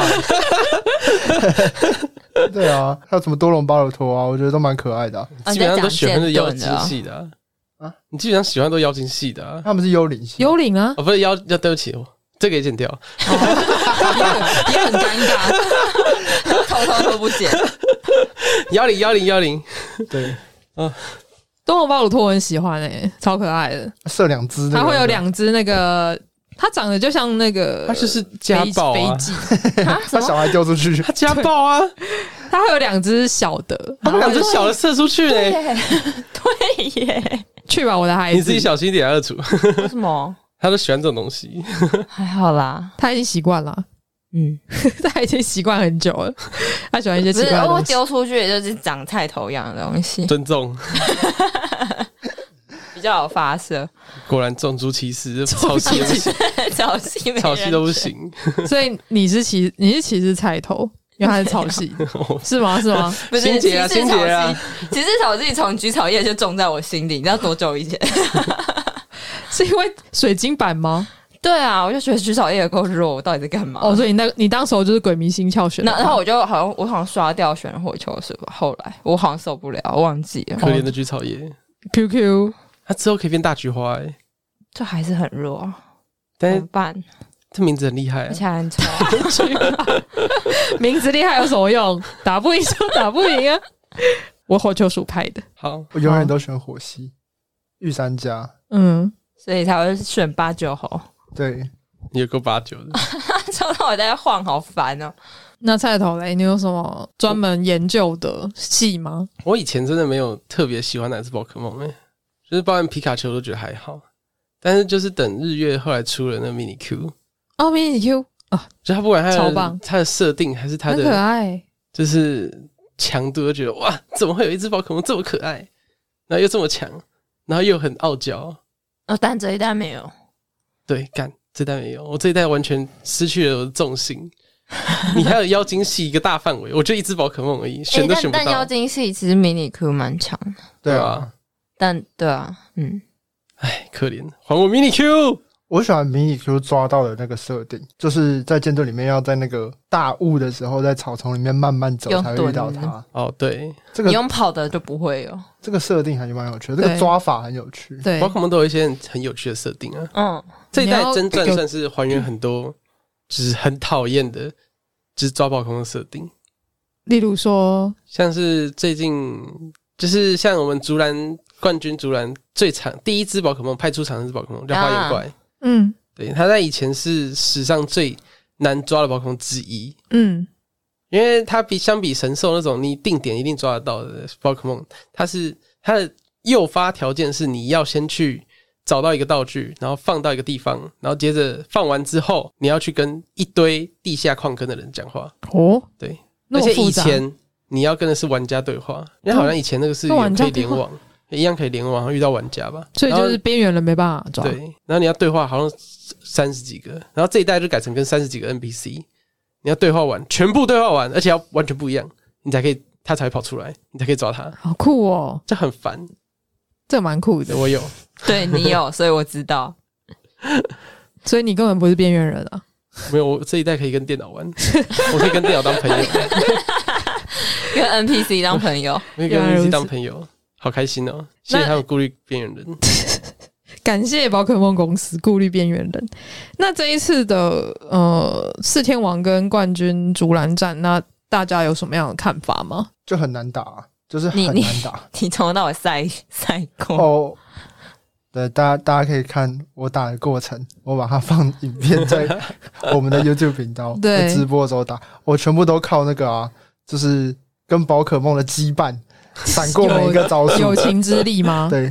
Speaker 3: 了。对啊，还有什么多龙巴鲁托啊，我觉得都蛮可爱的啊、
Speaker 2: 啊
Speaker 1: 基本上都喜欢的妖
Speaker 2: 你
Speaker 1: 精
Speaker 2: 在讲
Speaker 1: 系的啊
Speaker 3: 啊
Speaker 1: 你基本上喜欢都妖精系的啊。
Speaker 3: 他们是幽灵系，
Speaker 4: 幽灵啊，
Speaker 1: 哦，不是妖，要对不起，我这个也剪掉。
Speaker 2: 啊也很尴尬， 偷偷都不 剪。
Speaker 1: 幺零幺零幺零，
Speaker 3: 对，
Speaker 4: 东龙巴鲁托我很喜欢诶、欸超可爱的。
Speaker 3: 射两只、那个
Speaker 4: 它会有，两只那个，它长得就像那个，
Speaker 1: 他就是家暴
Speaker 4: 飞
Speaker 1: 啊，
Speaker 4: 机，
Speaker 3: 把
Speaker 2: 啊
Speaker 3: 小孩丢出去
Speaker 1: 他家暴啊，
Speaker 4: 它会有两只小的，
Speaker 1: 他们两只小的射出去嘞、
Speaker 2: 对耶，
Speaker 4: 去吧，我的孩子，
Speaker 1: 你自己小心一点啊，二组，
Speaker 2: 为什么？
Speaker 1: 他都喜欢这种东西。
Speaker 2: 还好啦，
Speaker 4: 他已经习惯了，
Speaker 2: 嗯，
Speaker 4: 他已经习惯很久了，他喜欢一些
Speaker 2: 不
Speaker 4: 奇
Speaker 2: 是
Speaker 4: 怪的
Speaker 2: 我
Speaker 4: 东西。
Speaker 2: 丢出去就是长菜头样的东西，
Speaker 1: 尊重，
Speaker 2: 比较有发 射，
Speaker 1: 果然种族歧视，草系都不行，
Speaker 2: 草系没 人
Speaker 1: 草系都不行。
Speaker 4: 所以你是骑，你是骑士菜头，因为他是草 系，是吗？是 吗？
Speaker 2: 不是
Speaker 1: 心结啊
Speaker 2: 其实
Speaker 1: 心
Speaker 2: 草
Speaker 1: 结啊
Speaker 2: 系，其实草系从菊草叶就种在我心里，你知道多久以前？
Speaker 4: 是因为水晶版吗？
Speaker 2: 对啊，我就觉得菊草叶也够弱，我到底在干嘛？
Speaker 4: 哦，所以你那你当时候就是鬼迷心窍选的
Speaker 2: 那
Speaker 4: 吧，
Speaker 2: 然后 我就好像我好像刷掉选火球是吧？后来我好像受不了，忘记了，哦
Speaker 1: 可怜的菊草叶，
Speaker 4: QQ
Speaker 1: 它之后可以变大菊花哎、
Speaker 2: 就还是很弱啊，
Speaker 1: 但
Speaker 2: 怎
Speaker 1: 是
Speaker 2: 么办？
Speaker 1: 这名字很厉害、
Speaker 2: 而
Speaker 1: 啊
Speaker 2: 且，还很丑啊，
Speaker 4: 名字厉害有什么用？ 打不赢就打不赢啊！ 我火球鼠派的，
Speaker 1: 好，
Speaker 3: 我永远都选火系，御三家。
Speaker 4: 嗯，
Speaker 2: 所以才会选八九猴。
Speaker 3: 对，
Speaker 1: 也够八九 的。
Speaker 2: 抽到我在晃，好烦哦！
Speaker 4: 那菜头嘞，你有什么专门研究的系吗？
Speaker 1: 我以前真的没有特别喜欢哪只宝可梦哎、就是包含皮卡丘我都觉得还好，但是就是等日月后来出了那 mini Q，
Speaker 4: 哦，迷你 Q
Speaker 1: 就它不管它
Speaker 4: 超棒
Speaker 1: 的它的设定还是它
Speaker 4: 很可
Speaker 1: 的
Speaker 4: 爱，
Speaker 1: 就是强度，就觉得哇，怎么会有一只宝可梦这么可爱，然后又这么强，然后又很傲娇。
Speaker 2: 哦，但这一代没有，
Speaker 1: 对，干这代没有，我这一代完全失去了我的重 心。你还有妖精系一个大范围，我就一只宝可梦而 已，选
Speaker 4: 哎
Speaker 1: 都
Speaker 2: 但
Speaker 1: 选不
Speaker 2: 但
Speaker 1: 到。
Speaker 2: 妖精系其实迷你 Q 蛮强的，
Speaker 3: 对
Speaker 1: 对
Speaker 3: 啊
Speaker 1: 啊，
Speaker 2: 但对啊，嗯，
Speaker 1: 哎，可怜，还我 mini Q。
Speaker 3: 我喜欢迷你 Q 抓到的那个设定，就是在舰队里面要在那个大雾的时候，在草丛里面慢慢走
Speaker 2: 用
Speaker 3: 才会遇到
Speaker 2: 蹲
Speaker 3: 它。
Speaker 1: 哦，对，
Speaker 3: 这
Speaker 2: 你
Speaker 3: 个
Speaker 2: 用跑的就不会有，
Speaker 3: 这个设定还是蛮有趣的，这
Speaker 4: 对
Speaker 3: 个抓法很有趣。
Speaker 4: 对
Speaker 1: 宝，可梦都有一些很很有趣的设定啊。
Speaker 2: 嗯，
Speaker 1: 这一
Speaker 4: 你
Speaker 1: 代
Speaker 4: 要
Speaker 1: 真
Speaker 4: 有
Speaker 1: 正算是还原很多，就是很讨厌的就是抓宝可梦的设定，
Speaker 4: 例如说，
Speaker 1: 像是最近就是像我们竹篮冠军竹篮最长第一只宝可梦派出场那只宝可梦叫花眼怪，
Speaker 4: 嗯
Speaker 1: 对，它在以前是史上最难抓的宝可梦之一，
Speaker 4: 嗯，
Speaker 1: 因为它比相比神兽那种你定点一定抓得到的宝可梦，它是它的诱发条件是你要先去找到一个道具，然后放到一个地方，然后接着放完之后，你要去跟一堆地下矿坑的人讲话，
Speaker 4: 哦，
Speaker 1: 对，
Speaker 4: 那
Speaker 1: 而
Speaker 4: 么
Speaker 1: 且
Speaker 4: 复
Speaker 1: 以
Speaker 4: 杂
Speaker 1: 前你要跟的是玩家对话，因为好像以前那个是
Speaker 4: 跟玩
Speaker 1: 有
Speaker 4: 家
Speaker 1: 可以
Speaker 4: 对
Speaker 1: 联
Speaker 4: 话
Speaker 1: 网，一样可以联网，然后遇到玩家吧，
Speaker 4: 所以
Speaker 1: 然
Speaker 4: 就
Speaker 1: 后
Speaker 4: 是边缘人没办法抓，
Speaker 2: 啊
Speaker 1: 对，然后你要对话好像三十几个，然后这一代就改成跟三十几个 NPC，你要对话完，全部对话完，而且要完全不一样，你才可以，他才会跑出来，你才可以抓他，
Speaker 4: 好酷哦，
Speaker 1: 这很烦。
Speaker 4: 这蛮酷
Speaker 1: 对
Speaker 4: 的。
Speaker 1: 我有，
Speaker 2: 对你有，所以我知道。
Speaker 4: 所以你根本不是边缘人啊，
Speaker 1: 没有，我这一代可以跟电脑 玩，我可以跟电脑当朋友，
Speaker 2: 跟 NPC 当朋友，
Speaker 1: 我可以
Speaker 4: 原
Speaker 1: 跟
Speaker 4: 来如
Speaker 1: NPC
Speaker 4: 此
Speaker 1: 当朋友，好开心哦！谢谢
Speaker 4: 那
Speaker 1: 他们顾虑边缘人。
Speaker 4: 感谢宝可梦公司顾虑边缘人。那这一次的呃四天王跟冠军竹篮战，那大家有什么样的看法吗？
Speaker 3: 就很难打啊，就是
Speaker 2: 你
Speaker 3: 很
Speaker 2: 你
Speaker 3: 难打。
Speaker 2: 你从头到尾赛赛过，
Speaker 3: 哦，对，大家大家可以看我打的过程，我把它放影片 在我们的 YouTube 频道，
Speaker 4: 对
Speaker 3: 我直播的时候打，我全部都靠那个啊，就是跟宝可梦的羁绊，闪过每一个招数
Speaker 4: 友，情之力吗？
Speaker 3: 对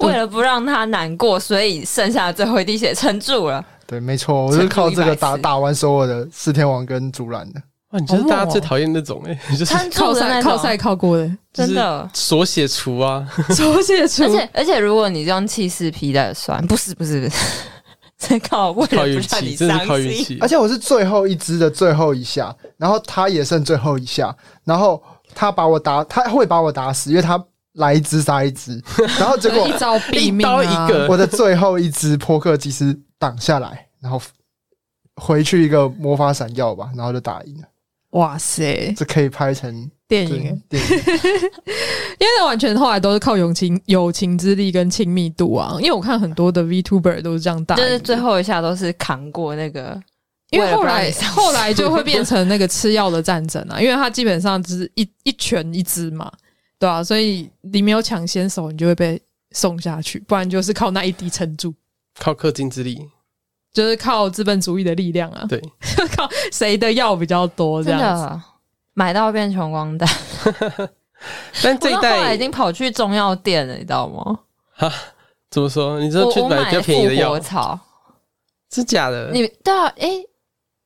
Speaker 2: 为了不让他难过，所以剩下的最后一滴血撑住了。
Speaker 3: 对，没错，我就是靠这个打
Speaker 2: 撑住100次
Speaker 3: 打完所有的四天王跟竹篮的，
Speaker 1: 哇，你就是大
Speaker 4: 好
Speaker 1: 家
Speaker 4: 猛哦
Speaker 1: 最讨厌那种哎、就是
Speaker 2: 撑住
Speaker 4: 靠
Speaker 2: 的那
Speaker 4: 赛
Speaker 2: 种
Speaker 4: 靠赛靠过的，
Speaker 2: 真的。
Speaker 1: 手写除啊，
Speaker 4: 手写出
Speaker 2: 而且而且，如果你是用气势皮带酸， 不是不是不是，这靠为了
Speaker 1: 靠
Speaker 2: 不
Speaker 1: 运
Speaker 2: 让
Speaker 1: 气，
Speaker 2: 你
Speaker 1: 真的是
Speaker 2: 伤
Speaker 1: 靠运
Speaker 2: 心，
Speaker 1: 气
Speaker 3: 而。且我是最后一只的最后一下，然后他也剩最后一下，然后他把我打，他会把我打死，因为他来一只杀一 只，然后结果
Speaker 4: 一招毙命、啊，
Speaker 1: 一刀一个
Speaker 3: 我的最后一只扑克技师挡下来，然后回去一个魔法闪耀吧，然后就打赢了。
Speaker 4: 哇塞，
Speaker 3: 这可以拍成
Speaker 4: 电
Speaker 3: 对
Speaker 4: 影耶！
Speaker 3: 电影，
Speaker 4: 因为那完全后来都是靠友情、友情之力跟亲密度啊。因为我看很多的 VTuber 都是这样 打，
Speaker 2: 就是最，后一下都是扛过那个。
Speaker 4: 因为
Speaker 2: 为了
Speaker 4: 后
Speaker 2: 不让
Speaker 4: 来
Speaker 2: 你伤心
Speaker 4: 后来就会变成那个吃药的战争啊，因为 它基本上只是一一拳一只嘛，对啊，所以你没有抢先手，你就会被送下去，不然就是靠那一滴撑住。
Speaker 1: 靠氪金之力，
Speaker 4: 就是靠资本主义的力量啊，
Speaker 1: 对，
Speaker 4: 靠谁的药比较多这
Speaker 2: 真
Speaker 4: 样子。
Speaker 2: 的买到变穷光蛋，
Speaker 1: 但这一
Speaker 2: 我到后来
Speaker 1: 代
Speaker 2: 已经跑去中药店了，你知道吗？
Speaker 1: 怎么说？你知道
Speaker 2: 我
Speaker 1: 去
Speaker 2: 我
Speaker 1: 买比较
Speaker 2: 了
Speaker 1: 便宜的
Speaker 2: 复
Speaker 1: 药
Speaker 2: 活，草，
Speaker 1: 真假的？
Speaker 2: 你对啊，诶、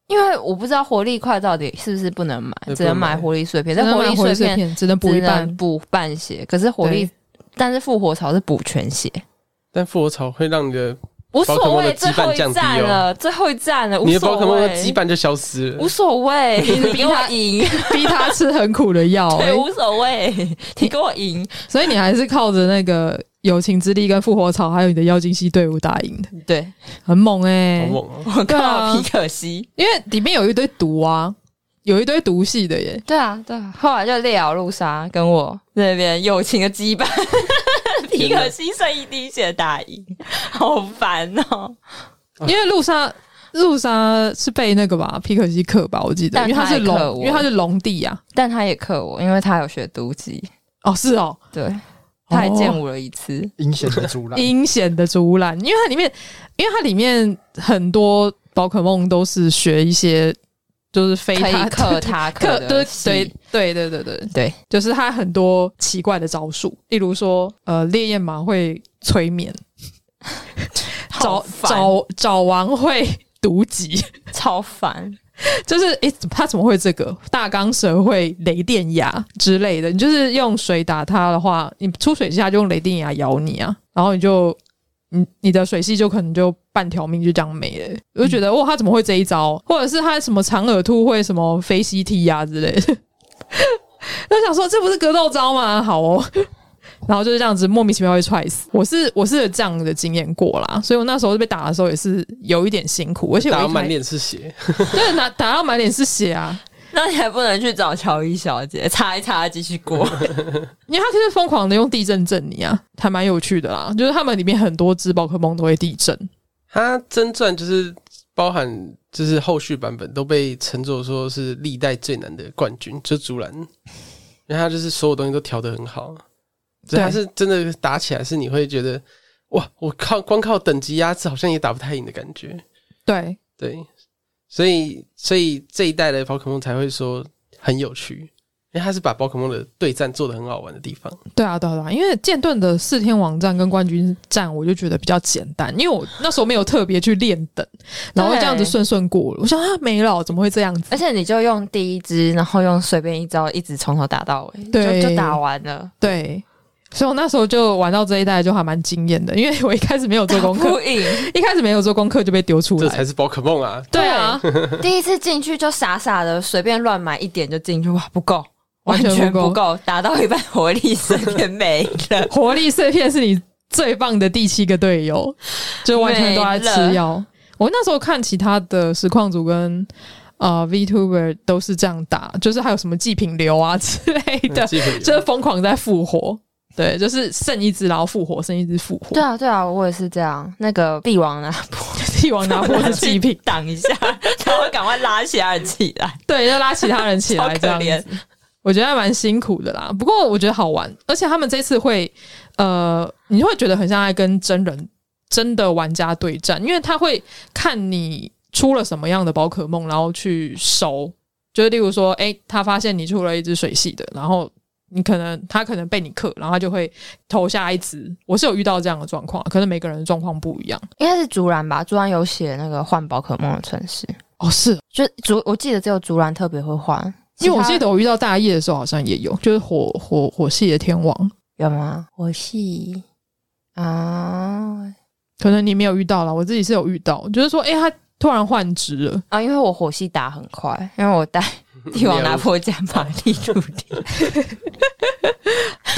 Speaker 2: 因为我不知道活力块到底是不是不能买，
Speaker 1: 对
Speaker 2: 只能
Speaker 1: 不能买
Speaker 2: 买活力碎片，
Speaker 4: 只
Speaker 2: 但
Speaker 4: 能买
Speaker 2: 力
Speaker 4: 活力
Speaker 2: 碎
Speaker 4: 碎片只能补
Speaker 2: 只
Speaker 4: 一
Speaker 2: 能
Speaker 4: 半，
Speaker 2: 补半血，可是活力
Speaker 4: 对，
Speaker 2: 但是复活草是补全血，
Speaker 1: 但复活草会让你的
Speaker 2: 无
Speaker 1: 宝可
Speaker 2: 所
Speaker 1: 梦的
Speaker 2: 谓，
Speaker 1: 羁
Speaker 2: 最
Speaker 1: 绊
Speaker 2: 后一
Speaker 1: 降低
Speaker 2: 站
Speaker 1: 哦
Speaker 2: 了，最后一站了，无
Speaker 1: 你的宝可
Speaker 2: 所
Speaker 1: 梦的
Speaker 2: 谓，
Speaker 1: 羁绊就消失了
Speaker 2: 无。所 谓，你给我
Speaker 4: 他
Speaker 2: 赢，
Speaker 4: 逼他吃很苦的药、欸
Speaker 2: 对，无所谓，你给我 赢，
Speaker 4: 所以你还是靠着那个友情之力跟复活草，还有你的妖精系队伍打赢的，
Speaker 2: 对
Speaker 4: 很猛哎、
Speaker 1: 好猛哦！
Speaker 2: 我
Speaker 4: 对啊
Speaker 2: 靠皮可西，
Speaker 4: 因为里面有一堆毒啊，有一堆毒系的耶。
Speaker 2: 对啊对啊，后来就烈咬陆鲨跟我那边友情的羁 绊。皮可西剩一滴血打赢，好烦哦！
Speaker 4: 因为露莎，露莎是被那个吧皮可西克吧，我记得，
Speaker 2: 但
Speaker 4: 因为她
Speaker 2: 她
Speaker 4: 是
Speaker 2: 也克
Speaker 4: 龙，
Speaker 2: 我
Speaker 4: 因为她是龙帝啊。
Speaker 2: 但他也克我，因为他有学毒技，
Speaker 4: 哦，是哦，
Speaker 2: 对，他还见
Speaker 4: 哦
Speaker 2: 我了一次。
Speaker 3: 阴险的 竹篮，
Speaker 4: 阴险的竹篮，因为它里面，因为它里面很多宝可梦都是学一些就是非
Speaker 2: 可以
Speaker 4: 它
Speaker 2: 克 他
Speaker 4: 克
Speaker 2: 克
Speaker 4: 对
Speaker 2: 的戏，
Speaker 4: 对对对对对，
Speaker 2: 对，
Speaker 4: 就是它很多奇怪的招数，例如说，呃，烈焰马会催眠，
Speaker 2: 好
Speaker 4: 早
Speaker 2: 烦，
Speaker 4: 早早王会毒击，
Speaker 2: 超烦，
Speaker 4: 就是诶、他怎么会这个？大钢蛇会雷电牙之类的，你就是用水打它的话，你出水下就用雷电牙咬你啊，然后你就你你的水系就可能就半条命就这样没了。我就觉得哇，哦他怎么会这一招？或者是他什么长耳兔会什么飞吸踢呀之类的， 就想说这不是格斗招吗？好哦。然后就是这样子莫名其妙被踹死，我是我是有这样的经验过啦，所以我那时候被打的时候也是有一点辛苦，而且我一
Speaker 1: 打到
Speaker 4: 开
Speaker 1: 满脸是血，
Speaker 4: 对，打打到满脸是血啊！
Speaker 2: 那你还不能去找乔伊小姐 擦一擦，继续 过。
Speaker 4: 因为他就是疯狂的用地震震你啊，还蛮有趣的啦。就是他们里面很多只宝可梦都会地震，
Speaker 1: 它真传就是包含就是后续版本都被称作说是历代最难的冠军，就竹篮，因为他就是所有东西都调得很好，所以他是真的打起来是你会觉得哇，我靠，光靠等级压制好像也打不太赢的感觉。
Speaker 4: 对，
Speaker 1: 对，所以所以这一代的宝可梦才会说很有趣，因为它是把宝可梦的对战做的很好玩的地方。
Speaker 4: 对啊，对啊，对啊，因为剑盾的四天王战跟冠军战，我就觉得比较简单，因为我那时候没有特别去练等，然后这样子顺顺过了。我想啊，没了，怎么会这样子？
Speaker 2: 而且你就用第一只，然后用随便一招，一直从头打到尾，
Speaker 4: 对
Speaker 2: 就就打完了，
Speaker 4: 对，所以我那时候就玩到这一代就还蛮惊艳的，因为我一开始没有做 功
Speaker 2: 不
Speaker 4: 课，
Speaker 2: 赢。
Speaker 4: 一开始没有做功课就被丢出
Speaker 1: 这才
Speaker 4: 来。
Speaker 1: 是宝可梦 啊！
Speaker 4: 对啊，
Speaker 2: 第一次进去就傻傻的随便乱买一点就进去， 哇，不够，完
Speaker 4: 完全不
Speaker 2: 全
Speaker 4: 够。
Speaker 2: 不够，打到一半活力碎片没了
Speaker 4: 活力碎片是你最棒的第七个队友，就完全都在吃
Speaker 2: 没
Speaker 4: 药。我那时候看其他的实况组跟呃 VTuber 都是这样打，就是还有什么祭品流啊之类 的，
Speaker 1: 基本
Speaker 4: 就是疯狂在复活。对，就是剩一只，然后复活，剩一只复活。
Speaker 2: 对啊，对啊，我也是这样。那个帝王啊拿破，
Speaker 4: 帝王拿破是祭品
Speaker 2: 挡 一下，然后赶快拉起来起来，
Speaker 4: 对，就拉其他人 起
Speaker 2: 好
Speaker 4: 来这
Speaker 2: 可
Speaker 4: 样
Speaker 2: 怜
Speaker 4: 子。。我觉得还蛮辛苦的啦，不过我觉得好玩，而且他们这次会，呃，你会觉得很像在跟真人、真的玩家对战，因为他会看你出了什么样的宝可梦，然后去收，就是例如说，哎、他发现你出了一只水系的，然后你可能他可能被你克，然后他就会投下一只。我是有遇到这样的状况，可能每个人的状况不一样。
Speaker 2: 应该是竹篮吧，竹篮有写那个换宝可梦的城市，
Speaker 4: 哦，是，
Speaker 2: 就竹，我记得只有竹篮特别会换，
Speaker 4: 因为我
Speaker 2: 其他
Speaker 4: 记得我遇到大叶的时候好像也有，就是火火火系的天王，
Speaker 2: 有吗？我系啊
Speaker 4: 可能你没有遇到啦，我自己是有遇到，就是说，哎、他突然换职了，
Speaker 2: 啊，因为我火系打很快，因为我 带帝王拿破加玛丽露蒂，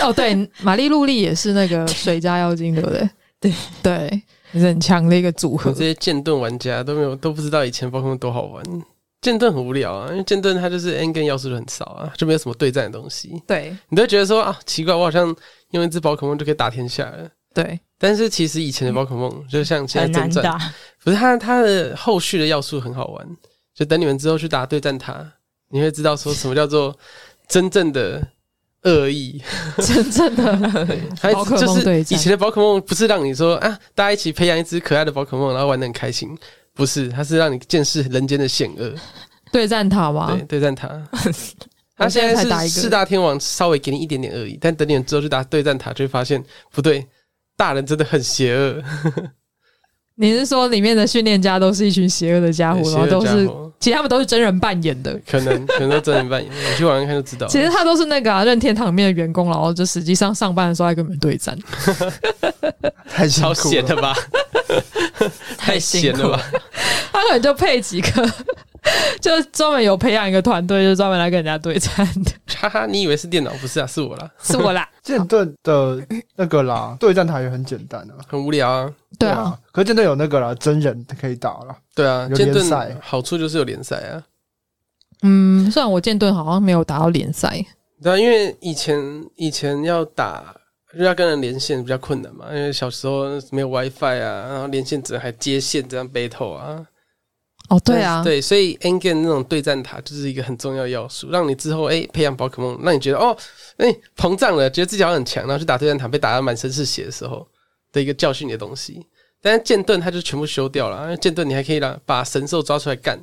Speaker 4: 哦，对，玛丽露丽也是那个水加妖精，对不对？
Speaker 2: 对
Speaker 4: 对，也是很强的一个组
Speaker 1: 我
Speaker 4: 合
Speaker 1: 们。这些剑盾玩家都没有都不知道以前宝可梦多好玩。剑盾很无聊啊，因为剑盾它就是 N 跟要素都很少啊，就没有什么对战的东西。
Speaker 4: 对
Speaker 1: 你都会觉得说啊，奇怪，我好像用一只宝可梦就可以打天下了。
Speaker 4: 对
Speaker 1: 但是其实以前的宝可梦，就像现
Speaker 2: 嗯很
Speaker 1: 在
Speaker 2: 难
Speaker 1: 真传，
Speaker 2: 打。
Speaker 1: 不是它它的后续的要素很好玩，就等你们之后去打对战塔，你会知道说什么叫做真正的恶意。
Speaker 4: 真 正的
Speaker 1: 它
Speaker 4: 宝可梦
Speaker 1: 就是
Speaker 4: 对
Speaker 1: 以
Speaker 4: 战
Speaker 1: 前的宝可梦不是让你说啊，大家一起培养一只可爱的宝可梦，然后玩的很开心，不是，它是让你见识人间的险恶。
Speaker 4: 对战塔嘛
Speaker 1: 对，，对战塔。它现
Speaker 4: 我现在才打
Speaker 1: 在
Speaker 4: 一
Speaker 1: 是
Speaker 4: 个
Speaker 1: 四大天王，稍微给你一点点而已，但等你之后去打对战塔，就会发现不对，大人真的很邪恶，
Speaker 4: 你是说里面的训练家都是一群邪恶的家伙，
Speaker 1: 邪
Speaker 4: 然后
Speaker 1: 恶
Speaker 4: 都
Speaker 1: 家
Speaker 4: 是，
Speaker 1: 伙。哦
Speaker 4: 其实他们都是真人扮演的。
Speaker 1: 可能可能都真人扮演，你去玩看看就知道了。
Speaker 4: 其实他都是那个、啊、任天堂里面的员工，然后就实际上上班的时候在跟我们对战。
Speaker 3: 太辛
Speaker 1: 超
Speaker 3: 苦
Speaker 1: 闲
Speaker 3: 了。
Speaker 1: 了吧？ 太闲了吧？
Speaker 4: 他可能就配几个， 就专门有培养一个团队，就专门来跟人家对战的，
Speaker 1: 哈哈，你以为是电脑？不是啊，是我啦，
Speaker 4: 是我啦。
Speaker 3: 剑盾的那个啦，对战台也很简单啊。
Speaker 1: 很无聊啊。
Speaker 4: 对啊，，
Speaker 3: 可是剑盾有那个啦，真人可以打啦。
Speaker 1: 对啊，
Speaker 3: 有
Speaker 1: 剑
Speaker 3: 联赛
Speaker 1: 盾好处就是有联赛啊。
Speaker 4: 嗯，虽然我剑盾好像没有打到联赛，
Speaker 1: 对啊，因为以前以前要打就要跟人连线比较困难嘛，因为小时候没有 WiFi 啊，然后连线只能还接线这样 battle 啊。
Speaker 4: 哦，对啊，
Speaker 1: 对，所以 N game 那种对战塔就是一个很重要的要素，让你之后哎、培养宝可梦，让你觉得哦哎、膨胀了，觉得自己好像很强，然后去打对战塔被打到满身是血的时候的一个教训你的东西。但是剑盾它就全部修掉了，因为剑盾你还可以让把神兽抓出来 干，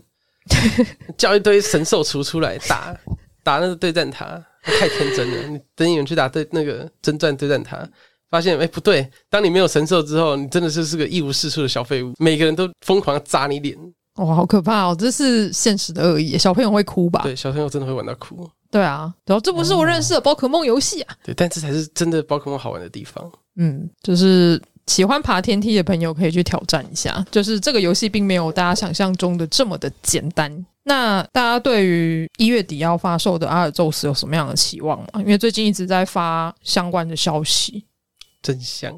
Speaker 1: 叫一堆神兽厨出来打打那个对战塔，太天真了。你等你们去打对那个真传对战塔。发现哎、不对，当你没有神兽之后，你真的就是个一无是处的小废物，每个人都疯狂地砸你脸，
Speaker 4: 哇，好可怕哦！这是现实的恶意，小朋友会哭吧？
Speaker 1: 对，小朋友真的会玩到哭。
Speaker 4: 对啊，然后这不是我认识的宝可梦游戏啊。
Speaker 1: 对，但这才是真的宝可梦好玩的地方。
Speaker 4: 嗯，就是喜欢爬天梯的朋友可以去挑战一下，就是这个游戏并没有大家想象中的这么的简单。那大家对于一月底要发售的阿尔宙斯有什么样的期望吗？因为最近一直在发相关的消息，
Speaker 1: 真香，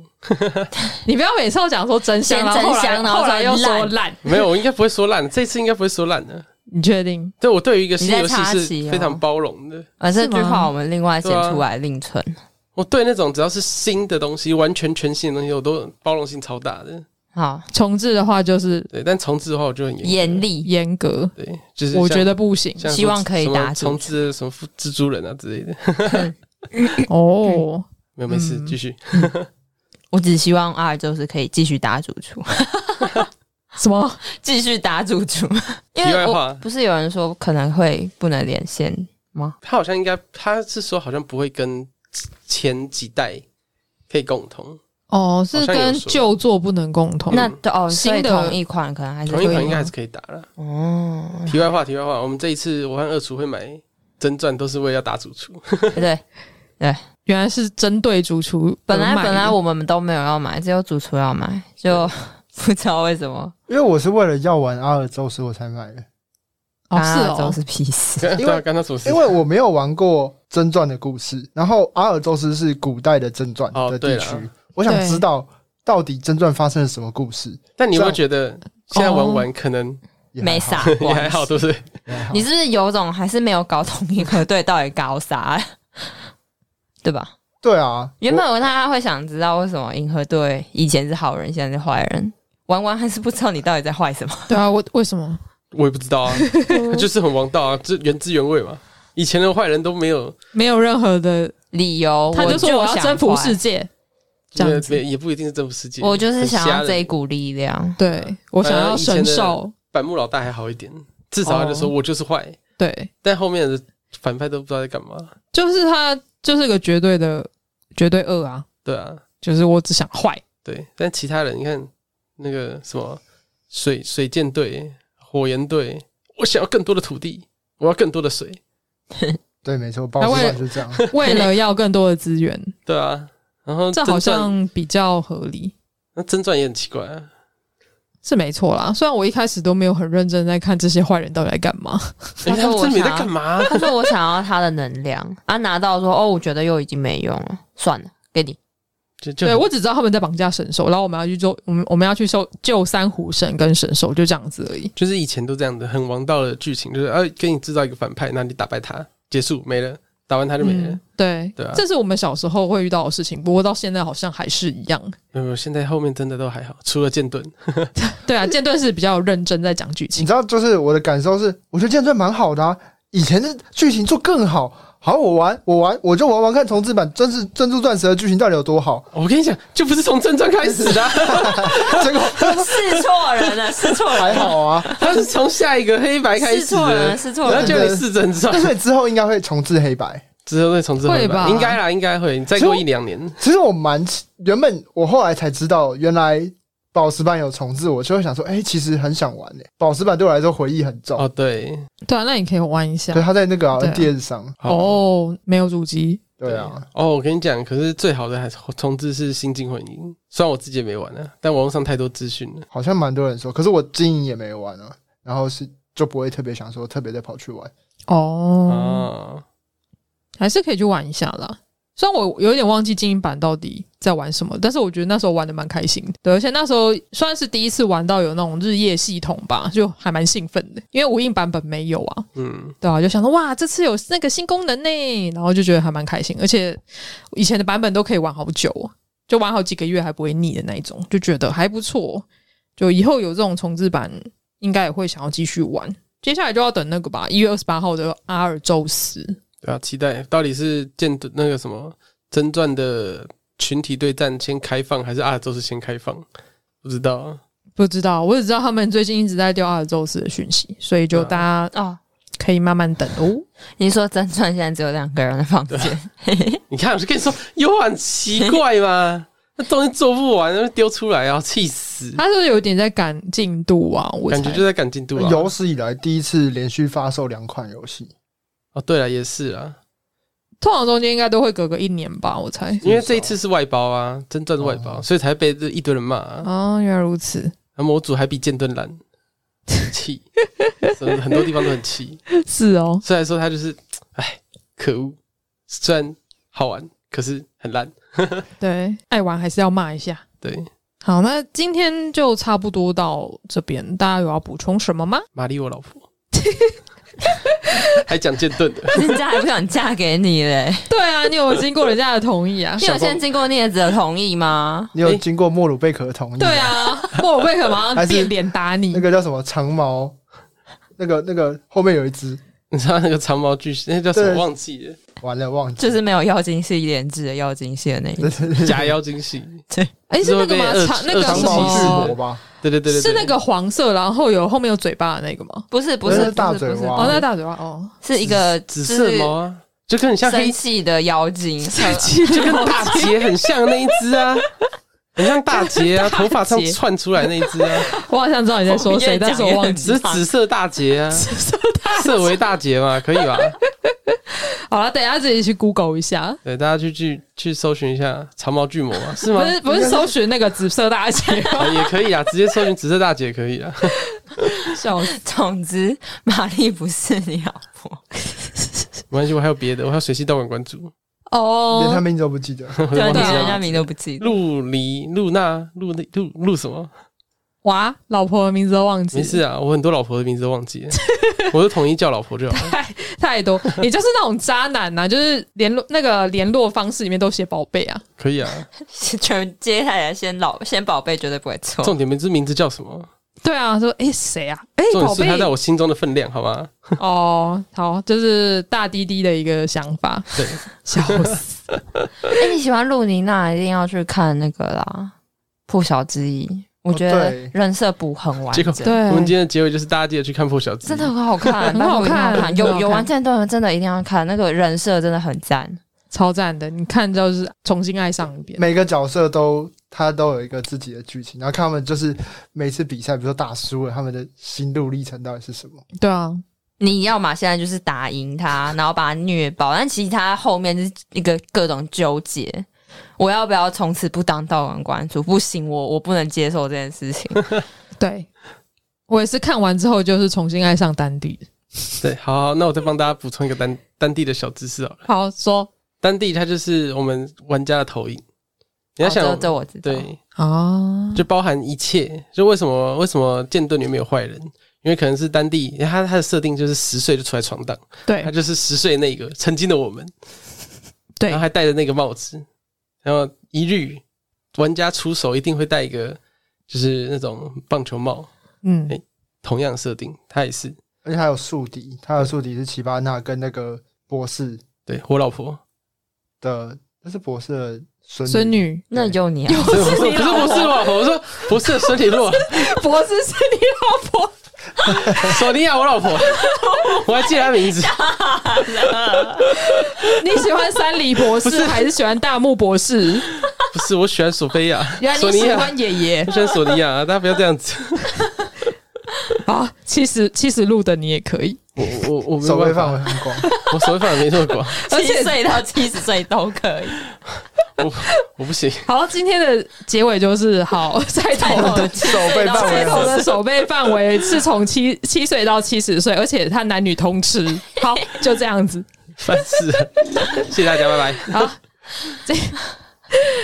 Speaker 4: 你不要每次都讲说真香，
Speaker 2: 先
Speaker 4: 然后后
Speaker 2: 真
Speaker 4: 来
Speaker 2: 香然后
Speaker 4: 后来又
Speaker 2: 再
Speaker 4: 说
Speaker 2: 烂
Speaker 4: 烂，
Speaker 1: 没有，我应该不会说烂，这次应该不会说烂的。
Speaker 4: 你确定？
Speaker 1: 对我对于一个新游戏
Speaker 2: 你在插
Speaker 1: 是
Speaker 2: 旗哦
Speaker 1: 非常包容的，
Speaker 2: 啊，这句
Speaker 4: 是吗
Speaker 2: 话我们另外剪出来另存。
Speaker 1: 我对那种只要是新的东西，完全全新的东西，我都包容性超大的。
Speaker 2: 好
Speaker 4: 重置的话就是
Speaker 1: 对，但重置的话我就很严格
Speaker 2: 严厉，
Speaker 4: 严格，
Speaker 1: 对，就是
Speaker 4: 我
Speaker 1: 像
Speaker 4: 觉得不行
Speaker 1: 像
Speaker 2: 希望可以
Speaker 1: 什么
Speaker 2: 打
Speaker 1: 重置什么复蜘蛛人啊之类的，
Speaker 4: 哦。
Speaker 1: 没有没事，
Speaker 4: 嗯
Speaker 1: 继续。
Speaker 2: 我只希望 R 就是可以继续打主厨，
Speaker 4: 什么？
Speaker 2: 继续打 主厨，因
Speaker 1: 题
Speaker 2: 为
Speaker 1: 外
Speaker 2: 我
Speaker 1: 话
Speaker 2: 不是有人说可能会不能连线吗？
Speaker 1: 他好像应该，他是说好像不会跟前几代可以共同，
Speaker 4: 哦，是
Speaker 1: 好像有
Speaker 4: 跟
Speaker 1: 说
Speaker 4: 旧作不能共同。
Speaker 2: 那哦，所以
Speaker 4: 新的
Speaker 2: 同一款可能还是
Speaker 1: 嗯同一
Speaker 2: 可
Speaker 1: 款应
Speaker 2: 以
Speaker 1: 该还
Speaker 2: 吗
Speaker 1: 是可嗯以打了。
Speaker 2: 哦，
Speaker 1: 题外话，题外话，我们这一次我和二厨会买真传，都是为了要打主 厨。
Speaker 2: 对，
Speaker 4: 原来是针对主厨而
Speaker 2: 本来
Speaker 4: 卖的
Speaker 2: 本来我们都没有要买，只有主厨要买，就 不知道为什么
Speaker 3: 因为我是为了要玩阿尔宙斯我才买的，
Speaker 4: 哦是
Speaker 2: 大家都
Speaker 4: 哦，
Speaker 2: 啊是屁事。
Speaker 1: 对啊，干他什么事
Speaker 3: 因？为我没有玩过真传的故事。然后阿尔宙斯是古代的真传
Speaker 1: 哦
Speaker 3: 的地
Speaker 1: 对
Speaker 3: 区
Speaker 1: 啦，
Speaker 3: 我想
Speaker 4: 对
Speaker 3: 知道到底真传发生了什么故事。
Speaker 1: 但你有没有
Speaker 3: 这
Speaker 1: 觉得现在
Speaker 2: 哦
Speaker 1: 玩完可 能
Speaker 3: 也还
Speaker 2: 没
Speaker 3: 好，
Speaker 2: 啥
Speaker 1: 也还
Speaker 2: 关系
Speaker 1: 好，对不对？
Speaker 3: 也还好
Speaker 2: 你是不是有种还是没有搞懂银河队到底搞啥， 对吧？
Speaker 3: 对啊，
Speaker 2: 原本我大家会想知道为什么银河队以前是好人，现在是坏人，玩完还是不知道你到底在坏什么。
Speaker 4: 对啊，我为什么？
Speaker 1: 我也不知道 啊，就是很王道啊，这原汁原味嘛。以前的坏人都没有，
Speaker 4: 没有任何的，
Speaker 2: 理由
Speaker 4: 他就
Speaker 2: 就
Speaker 4: 说我要
Speaker 2: 想
Speaker 4: 征服
Speaker 2: 坏
Speaker 4: 世，界，这
Speaker 1: 也
Speaker 4: 样子。
Speaker 1: 没也不一定是征服世界。
Speaker 2: 我就是想要这一
Speaker 1: 一
Speaker 2: 股力量。
Speaker 4: 对，我想要神
Speaker 1: 反
Speaker 4: 兽，
Speaker 1: 板木老大还好一点，至少他就说
Speaker 4: 哦
Speaker 1: 我就是坏，
Speaker 4: 对，
Speaker 1: 但后面的反派都不知道在干嘛。
Speaker 4: 就是他就是个绝对的绝对恶啊，
Speaker 1: 对啊，
Speaker 4: 就是我只想 坏，
Speaker 1: 对，但其他人你看那个什么水水箭队、火焰队，我想要更多的土地，我要更多的水，
Speaker 3: 对，没错，爆
Speaker 4: 那为
Speaker 3: 炸就这样。
Speaker 4: 为了要更多的资 源，
Speaker 1: 对啊。然后
Speaker 4: 这
Speaker 1: 真
Speaker 4: 好
Speaker 1: 传
Speaker 4: 像比较合理。
Speaker 1: 那真传也很奇怪啊，
Speaker 4: 是没错啦，虽然我一开始都没有很认真在看这些坏人到底在干嘛，
Speaker 1: 哎，
Speaker 2: 说
Speaker 1: 他们
Speaker 2: 我
Speaker 1: 真没在
Speaker 2: 想要
Speaker 1: 干嘛？啊
Speaker 2: 他说我想要他的能量，啊，拿到说哦，我觉得又已经没用了，算 了，给你。
Speaker 1: 就就
Speaker 4: 对我只知道他们在绑架神兽，然后我们要去做，我们我们要去搜救珊瑚神跟神兽，就这样子而已。
Speaker 1: 就是以前都这样的，很王道的剧情，就是啊，给你制造一个反派，那你打败他，结束没了，打完他就没了。
Speaker 4: 嗯，对，
Speaker 1: 对啊
Speaker 4: 这是我们小时候会遇到的事情，不过到现在好像还是一样。
Speaker 1: 没有没有，现在后面真的都还好，除了剑盾，
Speaker 4: 对啊，剑盾是比较认真在讲剧
Speaker 3: 你
Speaker 4: 情
Speaker 3: 知，道，就是我的感受是，我觉得剑盾蛮好的啊，以前的剧情做更好。好，我玩，我玩，我就玩玩看重置版《真是珍珠钻石》的剧情到底有多好。
Speaker 1: 我跟你讲，就不是从正传开始的啊、
Speaker 3: 结果
Speaker 2: 是错人了，是错
Speaker 3: 还好啊，
Speaker 1: 他是从下一个黑白开
Speaker 2: 是
Speaker 1: 始
Speaker 2: 错人了，啊
Speaker 1: 的，
Speaker 2: 是错
Speaker 1: 然后
Speaker 2: 人了。
Speaker 1: 叫你是正传
Speaker 3: 但，是之后应该会重置黑白。
Speaker 1: 之后会从之后
Speaker 4: 会吧
Speaker 1: 应该啦，应该会，你再过一两年，
Speaker 3: 其实我蛮原本我后来才知道，原来宝石版有重置，我就会想说，哎、其实很想玩诶、欸宝石版对我来说回忆很重。
Speaker 1: 哦，对，
Speaker 4: 对啊，那你可以玩一下
Speaker 3: 对，。它在那个、啊、
Speaker 4: 对啊
Speaker 3: NDS 上，
Speaker 1: 好，
Speaker 4: 哦，没有主机，
Speaker 3: 对啊，，
Speaker 1: 哦，我跟你讲，可是最好的还是重置是《新境混营》，虽然我自己也没玩啊，但网络上太多资讯了。
Speaker 3: 好像蛮多人说，可是我经营也没玩啊，然后是就不会特别想说特别再跑去玩。
Speaker 4: 哦，
Speaker 1: 哦，
Speaker 4: 还是可以去玩一下啦。虽然我有点忘记精英版到底在玩什么，但是我觉得那时候玩的蛮开心的。对，而且那时候算是第一次玩到有那种日夜系统吧，就还蛮兴奋的，因为无印版本没有啊。
Speaker 1: 嗯，
Speaker 4: 对啊，就想到哇，这次有那个新功能呢，然后就觉得还蛮开心，而且以前的版本都可以玩好久哦，就玩好几个月还不会腻的那一种，就觉得还不错。就以后有这种重置版，应该也会想要继续玩。接下来就要等那个吧，一月二十八号的阿尔宙斯。
Speaker 1: 对啊，期待到底是剑盾那个什么真传的群体对战先开放，还是阿尔宙斯先开放？不知道啊，
Speaker 4: 不知道，我只知道他们最近一直在丢阿尔宙斯的讯息，所以就
Speaker 1: 对啊
Speaker 4: 大家
Speaker 2: 哦，
Speaker 4: 可以慢慢等哦。
Speaker 2: 你说真传现在只有两个人的房间，
Speaker 1: 你看，我就跟你说，有很奇怪吗？那东西做不完，那丢出来啊，气死！
Speaker 4: 他是不是有点在赶进度啊？我
Speaker 1: 感觉
Speaker 4: 猜
Speaker 1: 就在赶进度啊。
Speaker 3: 有史以来第一次连续发售两款游戏，
Speaker 1: 哦，对了，也是啊，
Speaker 4: 通常中间应该都会隔个一年吧，我猜。
Speaker 1: 因为这一次是外包啊，真正的外包，
Speaker 3: 哦
Speaker 1: 所以才被这一堆人骂、啊。
Speaker 4: 哦，原来如此。
Speaker 1: 那模组还比剑盾烂，气，所以很多地方都很气。
Speaker 4: 是哦，
Speaker 1: 虽然说他就是，哎，可恶，虽然好玩，可是很烂。
Speaker 4: 对，爱玩还是要骂一下。
Speaker 1: 对，
Speaker 4: 好，那今天就差不多到这边，大家有要补充什么吗？
Speaker 1: 玛丽我老婆，还讲剑盾
Speaker 4: 啊
Speaker 1: 的，
Speaker 2: 人家还不想嫁给你嘞？
Speaker 4: 对啊，你有经过人家的同意啊？
Speaker 2: 你有先经过镊子的同意吗？
Speaker 3: 你有经过莫鲁贝壳的同意？
Speaker 4: 对，啊，莫尔贝克马上
Speaker 3: 还是
Speaker 4: 变脸打你
Speaker 3: 那。个叫什么长毛，那个那个后面有一只，
Speaker 1: 你知道那个长毛巨蜥，那叫什么
Speaker 3: 对
Speaker 1: 忘记了？
Speaker 3: 完了忘记，
Speaker 2: 就是没有妖精系连制的妖精系的那一种，
Speaker 1: 假妖精蜥，
Speaker 4: 哎，是那个吗？
Speaker 1: 就是被
Speaker 4: 长那个
Speaker 1: 恶
Speaker 4: 什
Speaker 3: 长
Speaker 1: 恶
Speaker 3: 毛巨
Speaker 1: 魔
Speaker 4: 么
Speaker 3: 魔？吧？
Speaker 1: 对对对对，对
Speaker 4: 是那个黄色，然后有后面有嘴巴的那个吗？
Speaker 2: 不是不
Speaker 3: 那
Speaker 2: 是
Speaker 3: 是大
Speaker 2: 不是
Speaker 3: 嘴
Speaker 2: 不是
Speaker 3: 蛙
Speaker 4: 哦，那大嘴巴哦，
Speaker 2: 是一个
Speaker 1: 紫色毛啊，就跟很像
Speaker 2: 生
Speaker 1: 黑，
Speaker 2: 气的妖精，
Speaker 1: 就跟大杰很像的那一只 啊，很像大杰啊，
Speaker 4: 大
Speaker 1: 头发上
Speaker 4: 杰
Speaker 1: 窜出来那一只啊，
Speaker 4: 我好像知道你在说谁，
Speaker 2: 越讲
Speaker 4: 但
Speaker 2: 越
Speaker 4: 是我忘记。
Speaker 1: 只是紫色大杰啊，色为大杰嘛，可以吧？
Speaker 4: 好了，等一下自己去 Google 一下，
Speaker 1: 对，大家去去去搜寻一下长毛巨魔嘛，是吗
Speaker 4: 不？是不是搜寻那个紫色大姐吗，
Speaker 1: 啊也可以啊，直接搜寻紫色大姐可以啊。
Speaker 4: 笑死！
Speaker 2: 总之，玛丽不是你老婆。
Speaker 1: 没关系，我还有别的，我还有水系道馆馆主，
Speaker 3: 连他
Speaker 4: 哦，
Speaker 3: 名字都不 记得。
Speaker 1: 我
Speaker 2: 对
Speaker 1: 都
Speaker 2: 啊，
Speaker 1: 忘
Speaker 2: 你
Speaker 1: 记
Speaker 2: 连
Speaker 1: 了
Speaker 2: 人家名都不记得。
Speaker 1: 陆离露娜露那露露什么？
Speaker 4: 哇，老婆的名字都忘记，
Speaker 1: 没事啊，我很多老婆的名字都忘记了，我就统一叫老婆就好了。
Speaker 4: 太多，也就是那种渣男呐、啊就是联络那个联络方式里面都写宝贝啊，
Speaker 1: 可以啊，
Speaker 2: 全接下来先老 先宝贝绝对不会错。
Speaker 1: 重点没这名字叫什么？
Speaker 4: 对啊，说诶谁啊，诶
Speaker 1: 重
Speaker 4: 宝
Speaker 1: 点是他在
Speaker 4: 贝
Speaker 1: 我心中的分量，好吗？
Speaker 4: 哦，好，就是大滴滴的一个想法，
Speaker 1: 对，
Speaker 4: 笑 死，
Speaker 2: 哎、你喜欢露妮娜，一定要去看那个啦，《破晓之翼》，我觉
Speaker 3: 哦
Speaker 2: 得
Speaker 3: 对
Speaker 2: 人设补很完
Speaker 1: 结果
Speaker 2: 整。
Speaker 4: 对
Speaker 1: 我们今天的结尾就是大家记得去看破小子，
Speaker 2: 嗯真的很好看，
Speaker 4: 很好
Speaker 2: 拜托一
Speaker 4: 看
Speaker 2: 定要看
Speaker 4: 很好
Speaker 2: 有
Speaker 4: 看
Speaker 2: 有玩战斗的真的一定要看，那个人设真的很赞。
Speaker 4: 超赞的，你看就是重新爱上一遍，
Speaker 3: 每个角色都他都有一个自己的剧情，然后看他们就是每次比赛，比如说打输了，他们的心路历程到底是什么？
Speaker 4: 对啊，
Speaker 2: 你要嘛现在就是打赢他， 然后把他虐爆，但其实他后面是一个各种纠结。我要不要从此不当道馆馆主？不行，我我不能接受这件事情。
Speaker 4: 对。我也是看完之后，就是重新爱上丹帝。
Speaker 1: 对，好好，那我再帮大家补充一个单单地的小知识好了。
Speaker 4: 好说
Speaker 1: 单地它就是我们玩家的投影， 你要想、
Speaker 2: 哦这这我知道。
Speaker 1: 对，
Speaker 4: 啊，
Speaker 1: 就包含一切。就为什么为什么剑盾里面没有坏人？因为可能是丹地，因为他他的设定就是十岁就出来闯荡，
Speaker 4: 对
Speaker 1: 他就是十岁那个曾经的我们，
Speaker 4: 对
Speaker 1: 然后还戴着那个帽子，然后一律玩家出手一定会戴一个就是那种棒球帽，
Speaker 4: 嗯
Speaker 1: 哎同样设定，他也是
Speaker 3: 而且还有宿敌，他的宿敌是奇巴纳跟那个博士
Speaker 1: 对我老婆，
Speaker 3: 的，那是博士的孙
Speaker 4: 孙女
Speaker 2: 那有你啊，
Speaker 1: 不是不是不是我，我说不是孙女 洛，
Speaker 4: 博士是你老婆，
Speaker 1: 索尼娅我 老婆，我还记得她名字，
Speaker 4: 你喜欢山里博
Speaker 1: 不
Speaker 4: 士
Speaker 1: 是
Speaker 4: 还是喜欢大木博士？
Speaker 1: 不是我喜欢索菲亚，
Speaker 4: 原来
Speaker 1: 索
Speaker 4: 你
Speaker 1: 尼
Speaker 4: 啊喜
Speaker 1: 娅，
Speaker 4: 欢爷爷
Speaker 1: 我喜欢索尼娅，大家不要这样子，
Speaker 4: 啊，七十七十路的你也可以，
Speaker 1: 我我我没
Speaker 3: 手
Speaker 1: 有
Speaker 3: 背
Speaker 1: 办
Speaker 3: 范围
Speaker 1: 法，
Speaker 3: 很广，
Speaker 1: 我手背范围没那么广，
Speaker 4: 而 且
Speaker 2: 七岁到七十岁都可以。
Speaker 1: 我不行，
Speaker 4: 好，今天的结尾就是 好，菜头的
Speaker 3: 手背范
Speaker 4: 菜
Speaker 3: 围
Speaker 4: 头
Speaker 3: 很
Speaker 4: 的手背范围是从七七岁到七十岁，而且他男女通吃。好，就这样子。
Speaker 1: 烦死了，谢谢大家，拜拜。
Speaker 4: 好， 这。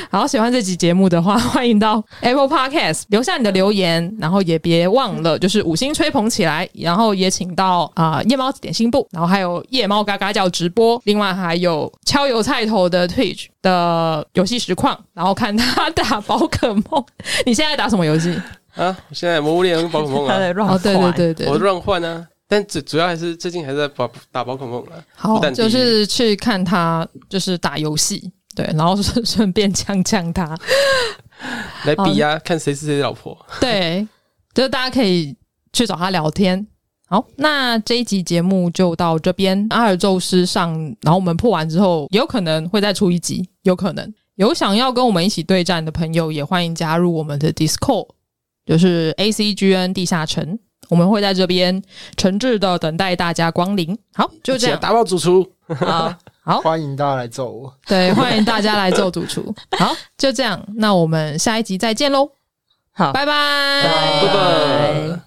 Speaker 4: 好，喜欢这集节目的话， 欢迎到 Apple Podcast 留下你的留言，然后也别忘了就是五星吹捧起来，然后也请到啊、呃夜猫子点心部，然后还有夜猫嘎嘎叫直播，另外还有敲油菜头的 Twitch 的游戏实况，然后看他 打宝可梦。你现在打什么游戏？
Speaker 1: 啊，我现在魔物猎人跟宝可梦
Speaker 2: 他
Speaker 1: 啊，
Speaker 2: 在乱
Speaker 4: 哦，对
Speaker 2: 换
Speaker 4: 对对对
Speaker 1: 我，乱换啊，但主主要还是最近还是在宝打宝可梦啊，
Speaker 4: 好
Speaker 1: 不，但地
Speaker 4: 就
Speaker 1: 狱
Speaker 4: 是去看他就是打游戏，对，然后顺 顺便呛呛他。
Speaker 1: 来比啊，看谁是谁的老婆。
Speaker 4: 对，就是大家可以去找他聊天。好，那这一集节目就到这边。阿尔宙斯上，然后我们破完之后，也有可能会再出一集，有可能有想要跟我们一起对战的朋友，也欢迎加入我们的 Discord，就是 ACGN 地下城，我们会在这边诚挚的等待大家光临。好，就这
Speaker 1: 一起来
Speaker 4: 样，
Speaker 1: 打爆主厨，
Speaker 2: 啊，
Speaker 4: 好，
Speaker 3: 欢迎大家来揍我，
Speaker 4: 对，欢迎大家来做主厨。好，就这样，那我们下一集再见喽，
Speaker 2: 好，
Speaker 4: 拜拜
Speaker 1: 拜拜。